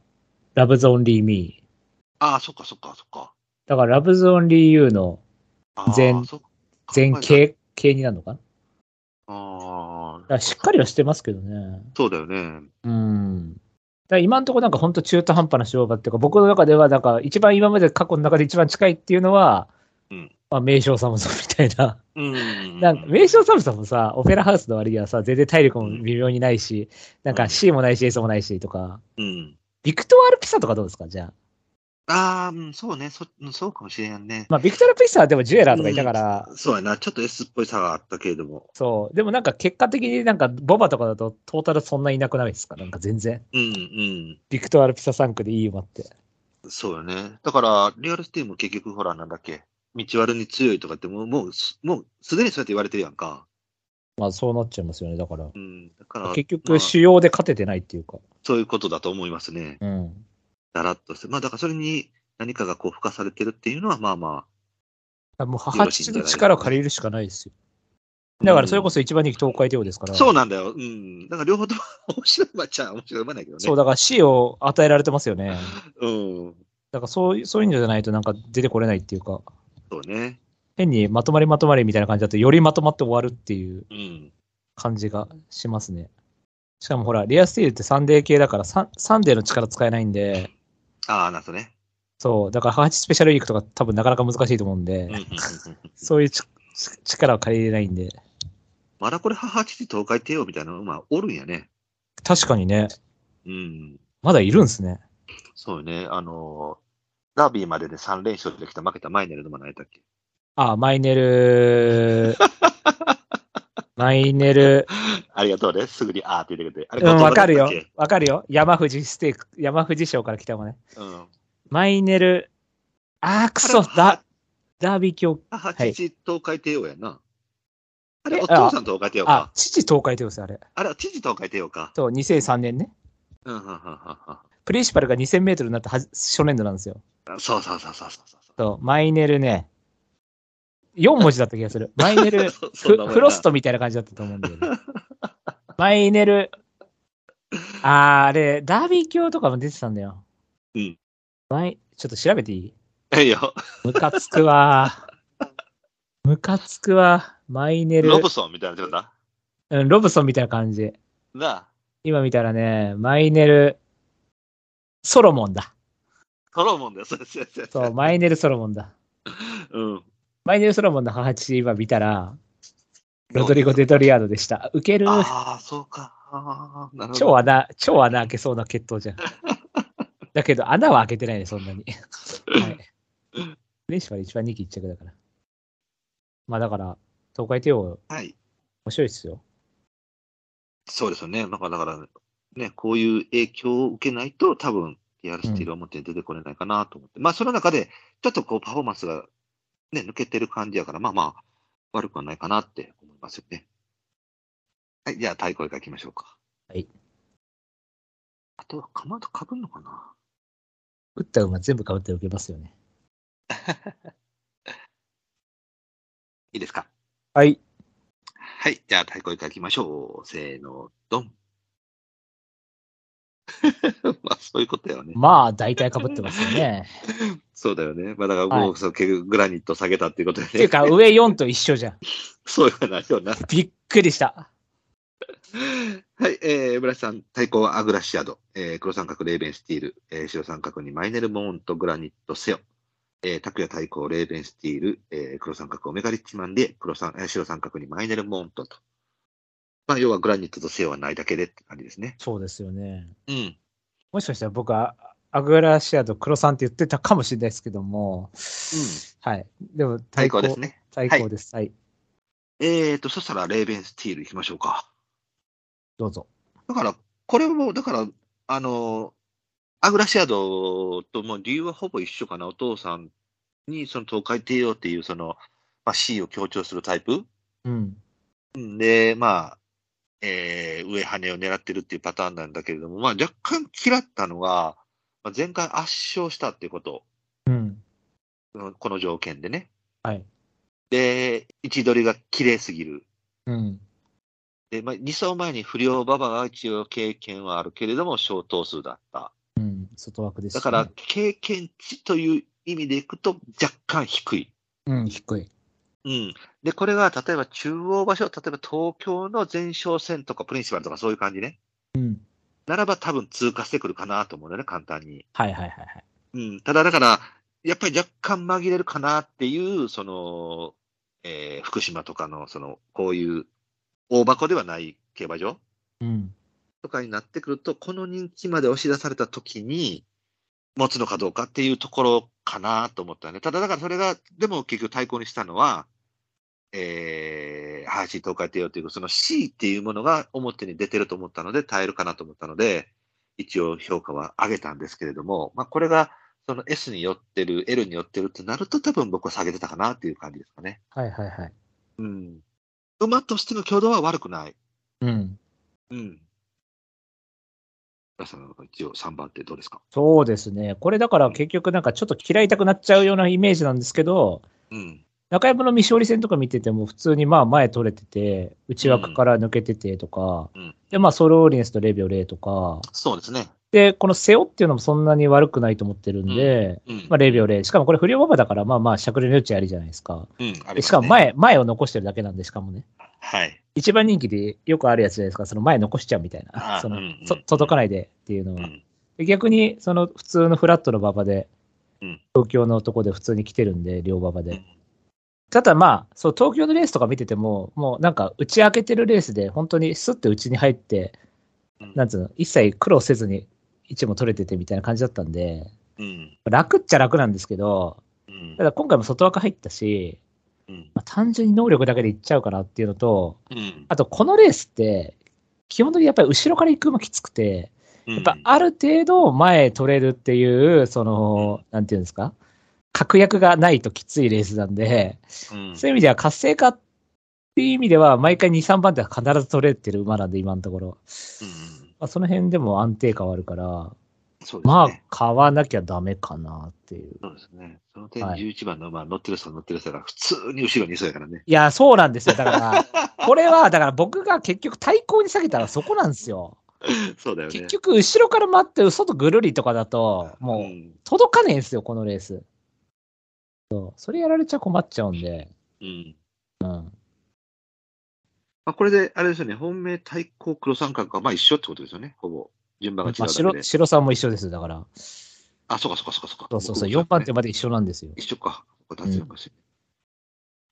[SPEAKER 3] ラブゾーンリーミー。
[SPEAKER 4] ああ、そっかそっかそっか。
[SPEAKER 3] だからラブゾーンリーユーの
[SPEAKER 4] ああ
[SPEAKER 3] 全
[SPEAKER 4] そっか
[SPEAKER 3] 全形、形になるのかなだ
[SPEAKER 4] あ
[SPEAKER 3] か
[SPEAKER 4] あ、
[SPEAKER 3] らしっかりはしてますけどね。
[SPEAKER 4] そうだよね。
[SPEAKER 3] うん。だから今のところなんか本当中途半端な勝負っていうか、僕の中ではなんか一番今まで過去の中で一番近いっていうのは、
[SPEAKER 4] うん
[SPEAKER 3] まあ名将サムソンみたいな。
[SPEAKER 4] うん。
[SPEAKER 3] なんか名将サムソンもさ、オペラハウスの割にはさ、全然体力も微妙にないし、なんか C もないし S もないしとか、
[SPEAKER 4] うん。
[SPEAKER 3] ビクトアルピサとかどうですかじゃあ。
[SPEAKER 4] ああ、うんそうね、そうんそうかもしれんね。
[SPEAKER 3] まあビクトアルピサはでもジュエラーとかいたから、
[SPEAKER 4] そうやな、ちょっと S っぽい差があったけれども。
[SPEAKER 3] そう。でもなんか結果的になんかボバとかだとトータルそんないなくないですかなんか全然。
[SPEAKER 4] うんうん。
[SPEAKER 3] ビクトアルピサ3区でいい馬って。
[SPEAKER 4] そうよね。だから、リアルスティーム結局、ほら、なんだっけ、道悪に強いとかって、もう、もうす、もう、すでにそうやって言われてるやんか。
[SPEAKER 3] まあそうなっちゃいますよね。だから。
[SPEAKER 4] うん。だから、
[SPEAKER 3] 結
[SPEAKER 4] ま
[SPEAKER 3] 局
[SPEAKER 4] あ
[SPEAKER 3] 主要で勝ててないっていうか。
[SPEAKER 4] そういうことだと思いますね。
[SPEAKER 3] うん。
[SPEAKER 4] だらっとして。まあ、だから、それに何かがこう、付加されてるっていうのは、まあま
[SPEAKER 3] もう母父の力を借りるしかないですよ。だからそれこそ一番人気東海帝王ですか
[SPEAKER 4] あ、
[SPEAKER 3] ら。
[SPEAKER 4] そう
[SPEAKER 3] う
[SPEAKER 4] なんだよ。うん。だから、両方とも面白い馬っちゃ面白い馬だけどね。
[SPEAKER 3] そう、だから C を与えられてますよね。
[SPEAKER 4] うん。
[SPEAKER 3] だからそういう、そういうのじゃないとなんか出てこれないっていうか、
[SPEAKER 4] そうね。
[SPEAKER 3] 変にまとまりまとまりみたいな感じだとよりまとまって終わるっていう
[SPEAKER 4] うん。
[SPEAKER 3] 感じがしますね。しかもほら、リアスティールってサンデー系だからサン、サンデーの力使えないんで、
[SPEAKER 4] ああ、なんすね。
[SPEAKER 3] そう、だから母父スペシャルウィークとか多分なかなか難しいと思うんで、
[SPEAKER 4] うんうんうんうん。
[SPEAKER 3] そういうちち力を借りれないんで、
[SPEAKER 4] まだこれ、母父東海帝王みたいな馬おるんやね。
[SPEAKER 3] 確かにね、
[SPEAKER 4] うん。
[SPEAKER 3] まだいるんですね。
[SPEAKER 4] そうよね。あのー、ダービーまでで3連勝できた負けたマイネルの馬何やったっけ [laughs]
[SPEAKER 3] あマイネル、マイネル、
[SPEAKER 4] ありがとうね。すぐに、あーって言ってくれて。あれ
[SPEAKER 3] うん、わかる。
[SPEAKER 4] 後
[SPEAKER 3] よ
[SPEAKER 4] 藤だっ。
[SPEAKER 3] わかるよ。山藤ステーク、山藤賞から来たもんね。
[SPEAKER 4] たっけうん。
[SPEAKER 3] マイネル、あー、くそ、
[SPEAKER 4] あれは
[SPEAKER 3] ダ、ダービー卿。
[SPEAKER 4] 母
[SPEAKER 3] はい
[SPEAKER 4] 父東海帝王やな。あれ、
[SPEAKER 3] え
[SPEAKER 4] お父さん東海帝王
[SPEAKER 3] あ
[SPEAKER 4] か、。
[SPEAKER 3] 父東海帝王です、あれ。
[SPEAKER 4] あれ、父東海帝王か。
[SPEAKER 3] そう、2003年ね。
[SPEAKER 4] うん、うん、うん、うんうん。あ
[SPEAKER 3] プリンシパルが2000メートルになったはじ初年度なんですよ。
[SPEAKER 4] そうそうそうそうそうそう。
[SPEAKER 3] そう、マイネルね。4文字だった気が
[SPEAKER 4] [laughs]
[SPEAKER 3] する。マイネル、
[SPEAKER 4] そうそう名前
[SPEAKER 3] フ
[SPEAKER 4] な
[SPEAKER 3] フロストみたいな感じだったと思うんだよ
[SPEAKER 4] [laughs]
[SPEAKER 3] ね。マイネル、あー、あれ、ダービー卿とかも出てたんだよ。
[SPEAKER 4] うん。
[SPEAKER 3] マイ、ちょっと調べていい
[SPEAKER 4] ええよ。
[SPEAKER 3] ムカつくわ。
[SPEAKER 4] [laughs]
[SPEAKER 3] ムカつくわ。マイネル。
[SPEAKER 4] ロブソンみたいなやつだ。
[SPEAKER 3] うん、ロブソンみたいな感じ。
[SPEAKER 4] なあ、
[SPEAKER 3] 今見たらね、マイネル、ソロモンだ。
[SPEAKER 4] トロモンだよ。そうそうそう。
[SPEAKER 3] そう、マイネルソロモンだ。
[SPEAKER 4] うん。
[SPEAKER 3] マイネルソロモンの母父今見たら、ロドリゴ・デトリアードでした。ウケる。
[SPEAKER 4] ああ、そうか。あーなるほど。
[SPEAKER 3] 超穴、超穴開けそうな血統じゃん。だけど、穴は開けてないね、そんなに。はい。レーシは一番人気一着だから。まあだから、東海帝王、
[SPEAKER 4] はい。
[SPEAKER 3] 面白いっすよ。
[SPEAKER 4] そうですよね。なんかだから、ね、こういう影響を受けないと、多分リアルスティールは表に出てこれないかなと思って、まあその中で、ちょっとこうパフォーマンスが、ね、抜けてる感じやから、まあまあ、悪くはないかなって思いますよね。はい、じゃあ、対抗以下行きましょうか。
[SPEAKER 3] はい。
[SPEAKER 4] あとは、かまどかぶんのかな
[SPEAKER 3] 打った馬全部被って受けますよね。
[SPEAKER 4] いいですか
[SPEAKER 3] はい。
[SPEAKER 4] はい、じゃあ、対抗以下行きましょう。せーの、ドン。 [laughs] まあ、そういうことだよね。
[SPEAKER 3] まあ、大体被ってますよね。
[SPEAKER 4] そうだよね。まあ、だから、もう、そう結局グラニット下げたっていうことで、ね。
[SPEAKER 3] っていうか、上4と一緒じゃん。
[SPEAKER 4] そういう話よな。
[SPEAKER 3] びっくりした。
[SPEAKER 4] はい、えー、村瀬さん、対抗はアグラシアド、えー黒三角、レーベンスティール、えー白三角にマイネル・モーンとグラニット・セオ、えー、拓也対抗、レーベンスティール、えー黒三角、オメガリッチマンで黒三、えー白三角にマイネル・モーンとと。まあ、要はグラニットとセオはないだけでって感じですね。
[SPEAKER 3] そうですよね。
[SPEAKER 4] うん。
[SPEAKER 3] もしかしたら僕は、アグラシアと黒さんって言ってたかもしれないですけども。はい。でも、
[SPEAKER 4] 対抗です。ね。
[SPEAKER 3] 対抗です。はい。
[SPEAKER 4] えーと、そしたら、レーベンスティール行きましょうか。
[SPEAKER 3] どうぞ。
[SPEAKER 4] だから、これも、だから、あの、アグラシアドとも理由はほぼ一緒かな。お父さんに、その東海帝王っていう、その、まあ、C を強調するタイプ。
[SPEAKER 3] うん。
[SPEAKER 4] うんで、まあ、えー上羽を狙ってるっていうパターンなんだけれども、まあ、若干嫌ったのが、まあ、前回圧勝したっていうこと、
[SPEAKER 3] うん。
[SPEAKER 4] このこの条件でね。
[SPEAKER 3] はい。
[SPEAKER 4] で、位置取りが綺麗すぎる。
[SPEAKER 3] うん。
[SPEAKER 4] で、まあ、2走前に不良馬場が一応経験はあるけれども、小頭数だった。
[SPEAKER 3] うん。外枠です、
[SPEAKER 4] だから、、経験値という意味でいくと若干低い。
[SPEAKER 3] うん、低い。
[SPEAKER 4] うん。で、これが例えば中央場所、例えば東京の前哨戦とかプリンシパルとかそういう感じね。
[SPEAKER 3] うん。
[SPEAKER 4] ならば多分通過してくるかなと思うんだよね、簡単に。
[SPEAKER 3] はいはいはいはい。
[SPEAKER 4] うん。ただだから、やっぱり若干紛れるかなっていう、その、えー福島とかの、その、こういう大箱ではない競馬場
[SPEAKER 3] うん。
[SPEAKER 4] とかになってくると、この人気まで押し出された時に、持つのかどうかっていうところかなと思ったね。ただだからそれが、でも結局対抗にしたのは、えー、阪神東海帝王という、その C っていうものが表に出てると思ったので、耐えるかなと思ったので、一応評価は上げたんですけれども、まあこれが、その S に寄ってる、L に寄ってるってなると、多分僕は下げてたかなっていう感じですかね。
[SPEAKER 3] はいはいはい。
[SPEAKER 4] うん。馬としての挙動は悪くない。
[SPEAKER 3] うん。
[SPEAKER 4] うん。皆さん、一応3番ってどうですか
[SPEAKER 3] そうですね。これだから結局なんかちょっと嫌いたくなっちゃうようなイメージなんですけど、
[SPEAKER 4] うん。
[SPEAKER 3] 中山の未勝利戦とか見てても普通にまあ前取れてて、内枠から抜けててとか、
[SPEAKER 4] うん
[SPEAKER 3] でまあソロオーリエンスと0秒0とか、
[SPEAKER 4] そうですね。
[SPEAKER 3] で、この背負っていうのもそんなに悪くないと思ってるんで、
[SPEAKER 4] うん。
[SPEAKER 3] まあ0秒0。しかもこれ不良馬場だからまあまあしゃくれの余地ありじゃないですか。
[SPEAKER 4] うん、あ
[SPEAKER 3] でしかも。前、前を残してるだけなんで、しかもね。
[SPEAKER 4] はい。
[SPEAKER 3] 一番人気でよくあるやつじゃないですか、その前残しちゃうみたい
[SPEAKER 4] あ
[SPEAKER 3] な。
[SPEAKER 4] ー
[SPEAKER 3] その
[SPEAKER 4] うんうん
[SPEAKER 3] そ届かないでっていうの
[SPEAKER 4] う
[SPEAKER 3] は。
[SPEAKER 4] ん。
[SPEAKER 3] で逆に、その普通のフラットの馬場で
[SPEAKER 4] うん、
[SPEAKER 3] 東京のとこで普通に来てるんで、両馬場
[SPEAKER 4] う
[SPEAKER 3] で
[SPEAKER 4] ん。
[SPEAKER 3] ただまあ、そう、東京のレースとか見てても、もうなんか打ち明けてるレースで、本当にスッて内に入って
[SPEAKER 4] うん、
[SPEAKER 3] なんつうの、一切苦労せずに位置も取れててみたいな感じだったんで、
[SPEAKER 4] うん。
[SPEAKER 3] 楽っちゃ楽なんですけど、
[SPEAKER 4] うん
[SPEAKER 3] た。だ今回も外枠入ったし、
[SPEAKER 4] うん。
[SPEAKER 3] まあ単純に能力だけでいっちゃうかなっていうのと、
[SPEAKER 4] うん。
[SPEAKER 3] あと、このレースって、基本的にやっぱり後ろから行く馬きつくて、やっぱある程度前取れるっていう、その、なんていうんですか、確約がないときついレースなんで、
[SPEAKER 4] うん、
[SPEAKER 3] そういう意味では活性化っていう意味では、毎回2、3番手は必ず取れてる馬なんで、今のところ。
[SPEAKER 4] うん
[SPEAKER 3] まあ、その辺でも安定感はあるから、
[SPEAKER 4] そうですね。
[SPEAKER 3] まあ、買わなきゃダメかなっていう。
[SPEAKER 4] そうですね。その点、
[SPEAKER 3] はい
[SPEAKER 4] 11番の馬、乗ってる人乗ってる人が普通に後ろにいそうやからね。
[SPEAKER 3] いや、そうなんですよ。だ
[SPEAKER 4] [laughs]
[SPEAKER 3] から、これは、だから僕が結局対抗に下げたらそこなんですよ。
[SPEAKER 4] そうだよね。
[SPEAKER 3] 結局、後ろから待って、外ぐるりとかだと、もう、
[SPEAKER 4] ん。
[SPEAKER 3] 届かねえんすよ、このレース。そうそれやられちゃ困っちゃうんで。
[SPEAKER 4] うん。
[SPEAKER 3] うん。
[SPEAKER 4] まあ、これで、あれですよね、本命対抗黒三角がまあ一緒ってことですよね、ほぼ。順番が違う
[SPEAKER 3] まあ、
[SPEAKER 4] だけ
[SPEAKER 3] 白、
[SPEAKER 4] で。
[SPEAKER 3] 白さんも一緒ですよ、だから。
[SPEAKER 4] あ、そうかそうかそうかそうか。
[SPEAKER 3] そうそうそう、
[SPEAKER 4] 僕も
[SPEAKER 3] 4番手
[SPEAKER 4] ね
[SPEAKER 3] まで一緒なんですよ。
[SPEAKER 4] 一緒か。これ脱力かし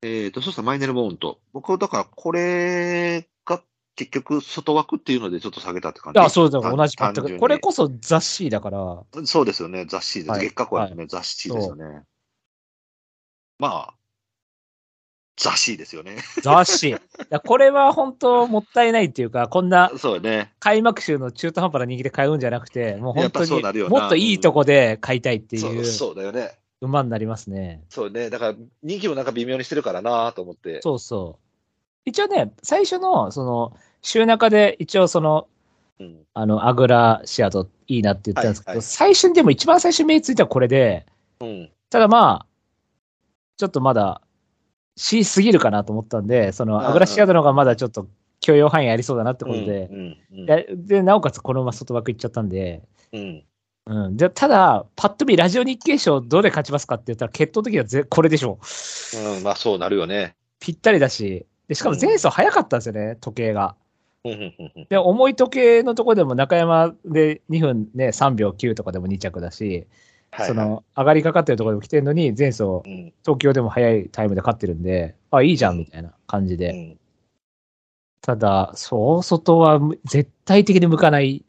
[SPEAKER 4] えっ、と、そうしたらマイネルボーンと。僕はだからこれが結局外枠っていうのでちょっと下げたって感じ。
[SPEAKER 3] あ、そうだ、同じ
[SPEAKER 4] 単
[SPEAKER 3] 全
[SPEAKER 4] 単純
[SPEAKER 3] く。
[SPEAKER 4] に
[SPEAKER 3] これこそ雑誌だから、
[SPEAKER 4] そうですよね、雑誌です。
[SPEAKER 3] はい
[SPEAKER 4] 月下校ですね、雑誌ですよね。まあ、雑誌ですよね。 [laughs]
[SPEAKER 3] 雑誌。だからこれは本当もったいないっていうか、こんな
[SPEAKER 4] そうね。
[SPEAKER 3] 開幕週の中途半端な人気で買うんじゃなくて、もう本
[SPEAKER 4] やっ
[SPEAKER 3] 当
[SPEAKER 4] ぱそうな
[SPEAKER 3] に
[SPEAKER 4] るよな
[SPEAKER 3] もっといいとこで買いたいって
[SPEAKER 4] そ
[SPEAKER 3] いうう
[SPEAKER 4] そうだよね。
[SPEAKER 3] 馬になりますね。
[SPEAKER 4] そうね。だから、人気もなんか微妙にしてるからなと思って。
[SPEAKER 3] そうそう。一応ね、最初の、その、週中で一応その、
[SPEAKER 4] うん。
[SPEAKER 3] あの、アグラシアといいなって言ったんですけど、
[SPEAKER 4] はいはい
[SPEAKER 3] 最初にでも一番最初に目についたのはこれで、
[SPEAKER 4] うん。
[SPEAKER 3] ただまあ、ちょっとまだ、しすぎるかなと思ったんで、そ
[SPEAKER 4] んうん
[SPEAKER 3] の、アグラシアドの方がまだちょっと許容範囲ありそうだなってことで、
[SPEAKER 4] うん。うん
[SPEAKER 3] でで、なおかつこのまま外枠行っちゃったんで、
[SPEAKER 4] うん。
[SPEAKER 3] うん。で、ただ、パッと見、ラジオ日経賞どれ勝ちますかって言ったら、決闘的にはぜこれでしょう。
[SPEAKER 4] うん。まあ、そうなるよね。
[SPEAKER 3] ぴったりだし、で、しかも前走早かったんですよね、時計が。
[SPEAKER 4] うんうんうんうん
[SPEAKER 3] で、重い時計のとこでも中山で2分ね、3秒9とかでも2着だし、
[SPEAKER 4] はいはい
[SPEAKER 3] その、上がりかかってるとこでも来てるのに、前走、
[SPEAKER 4] うん
[SPEAKER 3] 東京でも早いタイムで勝ってるんで、あ、いいじゃん、みたいな感じ
[SPEAKER 4] う
[SPEAKER 3] で。
[SPEAKER 4] ん
[SPEAKER 3] ただ、そう外はむ絶対的に向かない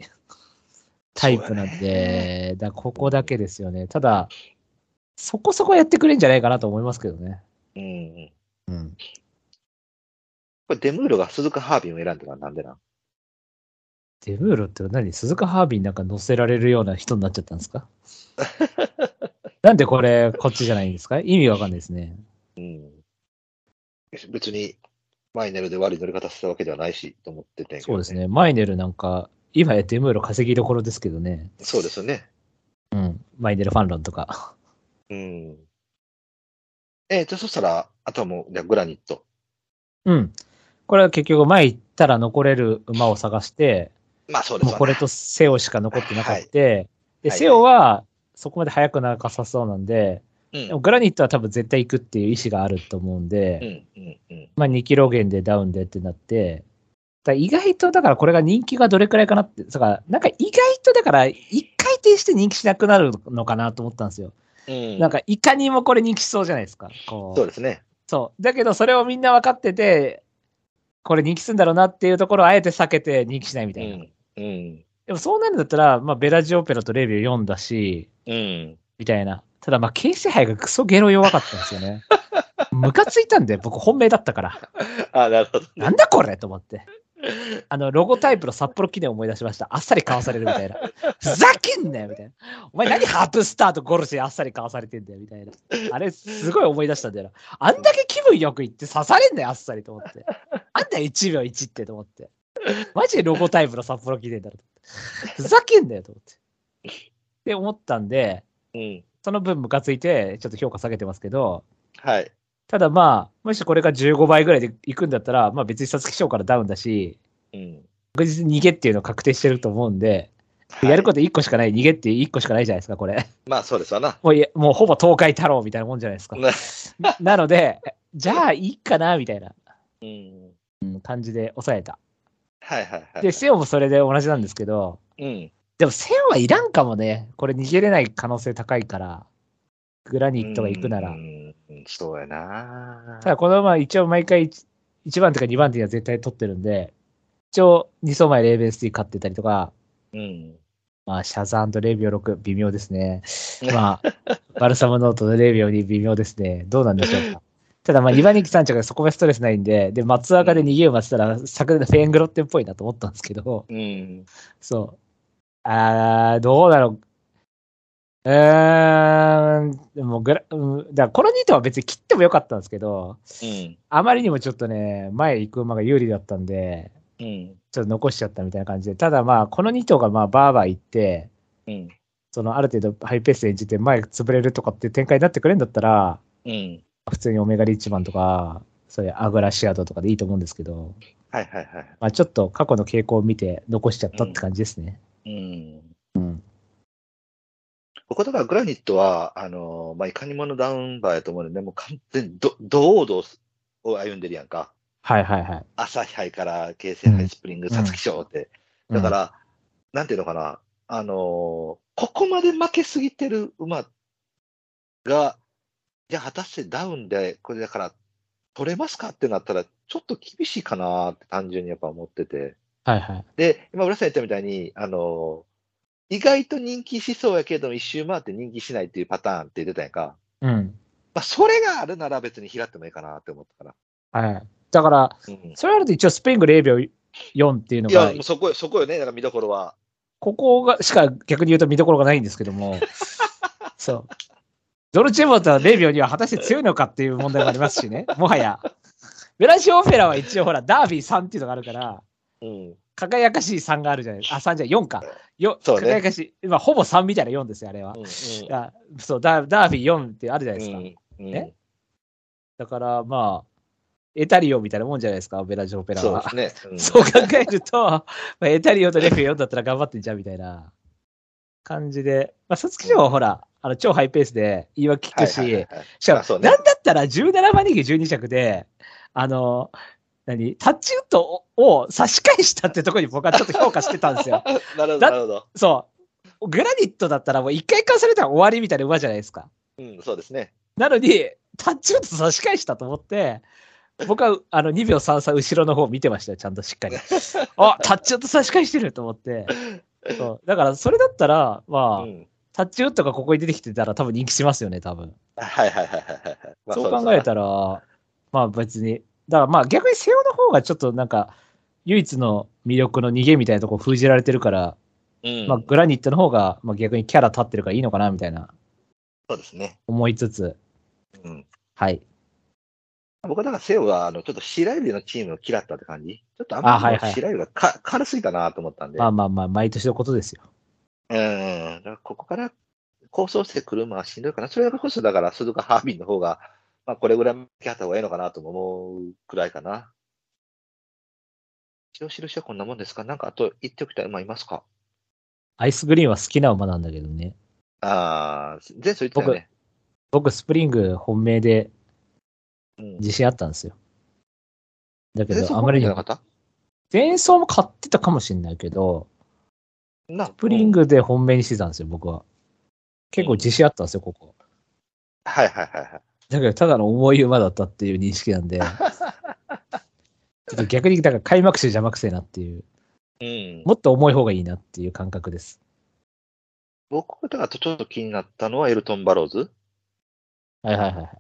[SPEAKER 3] タイプなん
[SPEAKER 4] そうだ
[SPEAKER 3] で、だここだけですよね。ただ、そこそこやってくれんじゃないかなと思いますけどね。
[SPEAKER 4] うんうん。
[SPEAKER 3] うん。
[SPEAKER 4] これ、デムールが鈴鹿ハービンを選んだのはなんでなん
[SPEAKER 3] デブーロって何鈴鹿ハービーなんか乗せられるような人になっちゃったんです
[SPEAKER 4] [laughs]
[SPEAKER 3] かなんでこれ、こっちじゃないんですか意味わかんないですね。
[SPEAKER 4] うん。別に、マイネルで悪い乗り方したわけではないし、と思ってて、
[SPEAKER 3] そうです。ね。マイネルなんか、今やデムーロ稼ぎどころですけどね。
[SPEAKER 4] そうですね。
[SPEAKER 3] うん。マイネルファン論とか。
[SPEAKER 4] うん。えー、じゃあそしたら、あとはもう、じゃあグラニット。
[SPEAKER 3] うん。これは結局前行ったら残れる馬を探して、
[SPEAKER 4] まあ、そうです
[SPEAKER 3] もう
[SPEAKER 4] わね
[SPEAKER 3] これとセオしか残ってなくて、で、
[SPEAKER 4] はい
[SPEAKER 3] セオはそこまで速くなかさそうなんで、
[SPEAKER 4] う
[SPEAKER 3] でも
[SPEAKER 4] ん。
[SPEAKER 3] グラニットは多分絶対行くっていう意思があると思うんで、
[SPEAKER 4] うん。うん。うん。
[SPEAKER 3] まあ2キロ減でダウンでってなって、だから意外とだからこれが人気がどれくらいかなって、だからなんか意外とだから一回転して人気しなくなるのかなと思ったんですよ。
[SPEAKER 4] うん
[SPEAKER 3] なんかいかにもこれ人気しそうじゃないですか。こう
[SPEAKER 4] そうですね。
[SPEAKER 3] そう。だけど、それをみんな分かってて、これ人気するんだろうなっていうところをあえて避けて人気しないみ
[SPEAKER 4] う
[SPEAKER 3] たいな。
[SPEAKER 4] ん。うん。
[SPEAKER 3] でも、そうなるんだったら、まあ、ベラジオペラとレビュー読んだし、
[SPEAKER 4] うん。
[SPEAKER 3] みたいな。ただ、まあ、形成杯がクソゲロ弱かったんですよ
[SPEAKER 4] [laughs]
[SPEAKER 3] ね。ムカついたんで、僕本命だったから。
[SPEAKER 4] [laughs] あ、なるほど。
[SPEAKER 3] [laughs] なんだこれと思って。あの、ロゴタイプの札幌記念を思い出しました。あっさり買わされるみた
[SPEAKER 4] [laughs]
[SPEAKER 3] いな。ふざけんなよみたいな。お前何ハープスターとゴルシェあっさり買わされてんだよみたいな。あれ、すごい思い出したんだよな。あんだけ気分よく言って刺されんなよ、あっさりと思って。あんだよ、1秒1ってと思って。マジでロゴタイプの札幌記念だろと思って。ふざけんなよと思って。って思ったんで、
[SPEAKER 4] うん。
[SPEAKER 3] その分ムカついて、ちょっと評価下げてますけど、
[SPEAKER 4] はい。
[SPEAKER 3] ただまあ、もしこれが15倍ぐらいでいくんだったら、まあ別に皐月賞からダウンだし、
[SPEAKER 4] うん。
[SPEAKER 3] 確実に逃げっていうのを確定してると思うんで、やること1個しかない、逃げって1個しかないじゃないですか、これ。 [laughs]
[SPEAKER 4] まあ、そうですわな。
[SPEAKER 3] もういやもうほぼ東海太郎みたいなもんじゃないですか。
[SPEAKER 4] な
[SPEAKER 3] なので、じゃあいいかな、みたいな
[SPEAKER 4] うん。
[SPEAKER 3] うん感じで抑えた。
[SPEAKER 4] はいはいはい。
[SPEAKER 3] で、セオもそれで同じなんですけど、
[SPEAKER 4] うん。
[SPEAKER 3] でもセオはいらんかもね。これ逃げれない可能性高いから、グラニットが行くなら
[SPEAKER 4] う。ん。そうやな。
[SPEAKER 3] ただこの馬は一応毎回1番手か2番手には絶対取ってるんで、一応2走前レーベンスティ勝ってたりとか、
[SPEAKER 4] うん。
[SPEAKER 3] まあ、シャザーレビオ6、微妙ですね。まあ、バルサムノートのレビオに微妙ですね。どうなんでしょうか。ただ、まあ、2番人気3着がそこがストレスないんで、で、松岡で逃げ馬ってたら、昨年のフェングロッテンっぽいなと思ったんですけど、
[SPEAKER 4] うん。
[SPEAKER 3] そう。あー、どうだろう。うーん、でもグラ、うん、だからこの2頭は別に切ってもよかったんですけど、
[SPEAKER 4] うん。
[SPEAKER 3] あまりにもちょっとね、前行く馬が有利だったんで、
[SPEAKER 4] うん。
[SPEAKER 3] ちょっと残しちゃったみたいな感じで、ただまあ、この2頭がまあ、バーバー行って、
[SPEAKER 4] うん。
[SPEAKER 3] そのある程度ハイペースで演じて前潰れるとかっていう展開になってくれるんだったら、
[SPEAKER 4] うん。
[SPEAKER 3] 普通にオメガリッチマンとか、そういうアグラシアドとかでいいと思うんですけど、
[SPEAKER 4] はいはいはい。
[SPEAKER 3] まあ、ちょっと過去の傾向を見て残しちゃったって感じですね。
[SPEAKER 4] うん。
[SPEAKER 3] うん。
[SPEAKER 4] ここだからグラニットは、あのーまあ、いかにものダウンバーやと思うので、もう完全にど、堂々を歩んでるやんか。
[SPEAKER 3] はいはいはい。
[SPEAKER 4] 朝日杯から京成杯、スプリング、
[SPEAKER 3] うん
[SPEAKER 4] 皐月賞って。
[SPEAKER 3] うん
[SPEAKER 4] だから、なんていうのかな、あのーここまで負けすぎてる馬が、じゃあ果たしてダウンで、これだから、取れますかってなったら、ちょっと厳しいかなって単純にやっぱ思ってて。
[SPEAKER 3] はいはい。
[SPEAKER 4] で、今、浦さん言ったみたいに、あのー意外と人気しそうやけど、一周回って人気しないっていうパターンって出たやんか。
[SPEAKER 3] うん。
[SPEAKER 4] まあ、それがあるなら別に平ってもいいかなって思ったから。
[SPEAKER 3] はい。だから、
[SPEAKER 4] うん
[SPEAKER 3] それあると一応スプリング0秒4っていうの
[SPEAKER 4] いや
[SPEAKER 3] が、、
[SPEAKER 4] そこよそこよね、なんか見どころは。
[SPEAKER 3] ここがしか逆に言うと見どころがないんですけど
[SPEAKER 4] [laughs]
[SPEAKER 3] も、そう。ドルチェモとは0秒には果たして強いのかっていう問題もありますしね、もはや。ベラシオオペラは一応ほら、ダービー3っていうのがあるから、
[SPEAKER 4] うん。輝
[SPEAKER 3] 輝かしい3があるじゃないですか。あ、3じゃない4か。よ
[SPEAKER 4] そうね
[SPEAKER 3] 輝かしい。今、ほぼ3みたいな4ですよ、あれは。いやそうダー、ダービー4ってあるじゃないですか。
[SPEAKER 4] うん
[SPEAKER 3] ねだから、まあ、エタリオみたいなもんじゃないですか、ベラジオオペラ
[SPEAKER 4] そう
[SPEAKER 3] は。
[SPEAKER 4] ですね。
[SPEAKER 3] [laughs] そう考えると、 [laughs] まあ、エタリオとレフェ4だったら頑張ってんじゃんみたいな感じで、まあ、皐月賞はほら、あの超ハイペースで言い訳聞くし、し
[SPEAKER 4] あ
[SPEAKER 3] か
[SPEAKER 4] そう
[SPEAKER 3] も、
[SPEAKER 4] ね
[SPEAKER 3] なんだったら17番人気12着で、あの、何タッチウッドをを差し返したってところに僕はちょっと評価してたんです
[SPEAKER 4] [laughs]
[SPEAKER 3] よ。
[SPEAKER 4] うん。なるほど、
[SPEAKER 3] だ
[SPEAKER 4] なるほど。
[SPEAKER 3] そう。グラニットだったらもう一回かされたら終わりみたいな馬じゃないですか。
[SPEAKER 4] うん、そうですね。
[SPEAKER 3] なのに、タッチウッド差し返したと思って、僕はあの2秒33後ろの方見てましたよ、ちゃんとしっかり。
[SPEAKER 4] [laughs]
[SPEAKER 3] あタッチウッド差し返してると思って。そうだから、それだったら、まあ、
[SPEAKER 4] うん
[SPEAKER 3] タッチウッドがここに出てきてたら多分人気しますよね、多分。
[SPEAKER 4] はいはいはいはいはい。まあ
[SPEAKER 3] そう考えたら、まあ別に。だからまあ逆にセオの方がちょっとなんか、唯一の魅力の逃げみたいなとこ封じられてるから、
[SPEAKER 4] うん、
[SPEAKER 3] まあグラニットの方がまあ逆にキャラ立ってるからいいのかなみたいな
[SPEAKER 4] そうですね。
[SPEAKER 3] 思いつつ、
[SPEAKER 4] うん。
[SPEAKER 3] はい。
[SPEAKER 4] 僕はだからセオが、あの、ちょっと白百合のチームを嫌ったって感じ。ちょっとあん
[SPEAKER 3] あは
[SPEAKER 4] ま
[SPEAKER 3] い
[SPEAKER 4] り
[SPEAKER 3] はい
[SPEAKER 4] 白百合がか軽すぎたなと思ったんで。
[SPEAKER 3] まあまあまあ、毎年のことですよ。
[SPEAKER 4] うん。だからここから構想してくるのはしんどいかな。それこそだから鈴鹿ハービンの方が、まあこれぐらい向き合った方がいいのかなとも思うくらいかな。一応印はこんなもんですかなんかあと言っておきたい馬いますか
[SPEAKER 3] アイスグリーンは好きな馬なんだけどね。
[SPEAKER 4] ああ、前走言ってたよね。
[SPEAKER 3] 僕、スプリング本命で
[SPEAKER 4] うん
[SPEAKER 3] 自信あったんですよ。だけ
[SPEAKER 4] 前走
[SPEAKER 3] ど、あまり
[SPEAKER 4] じ
[SPEAKER 3] に
[SPEAKER 4] ゃなか
[SPEAKER 3] も
[SPEAKER 4] っ。た
[SPEAKER 3] 前走も買ってたかもしれないけど、
[SPEAKER 4] なス
[SPEAKER 3] スプリン。グで本命にしてたんですよ、僕は。結構自信あったんですよ、ここ。
[SPEAKER 4] はいはいはいはい。
[SPEAKER 3] だけど、ただの重い馬だったっていう認識なん [laughs] で。ちょっと逆に、だから開幕して邪魔くせえなっていう。
[SPEAKER 4] うん、
[SPEAKER 3] もっと重い方がいいなっていう感覚です。
[SPEAKER 4] 僕がちょっと気になったのはエルトン・バローズ。
[SPEAKER 3] はいはいはい。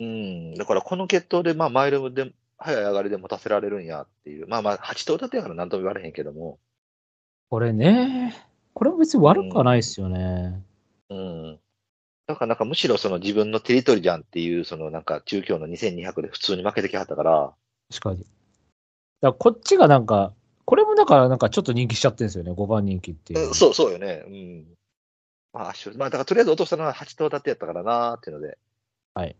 [SPEAKER 4] うん、だからこの決闘で、まあ、マイルで、早い上がりで持たせられるんやっていう、まあまあ、8頭立てやからなんとも言われへんけども、
[SPEAKER 3] これね、これも別に悪くはないですよね。
[SPEAKER 4] うん。だからなんかむしろその自分のテリトリーじゃんっていう、そのなんか中京の2200で普通に負けてきはったから、
[SPEAKER 3] 確かに。だからこっちがなんか、これもだからなんかちょっと人気しちゃってるんですよね、5番人気っていう。
[SPEAKER 4] そう、そうよね。うん。まあ、圧勝。まあ、だからとりあえず落としたのは8頭立てやったからなーっていうので、
[SPEAKER 3] はい。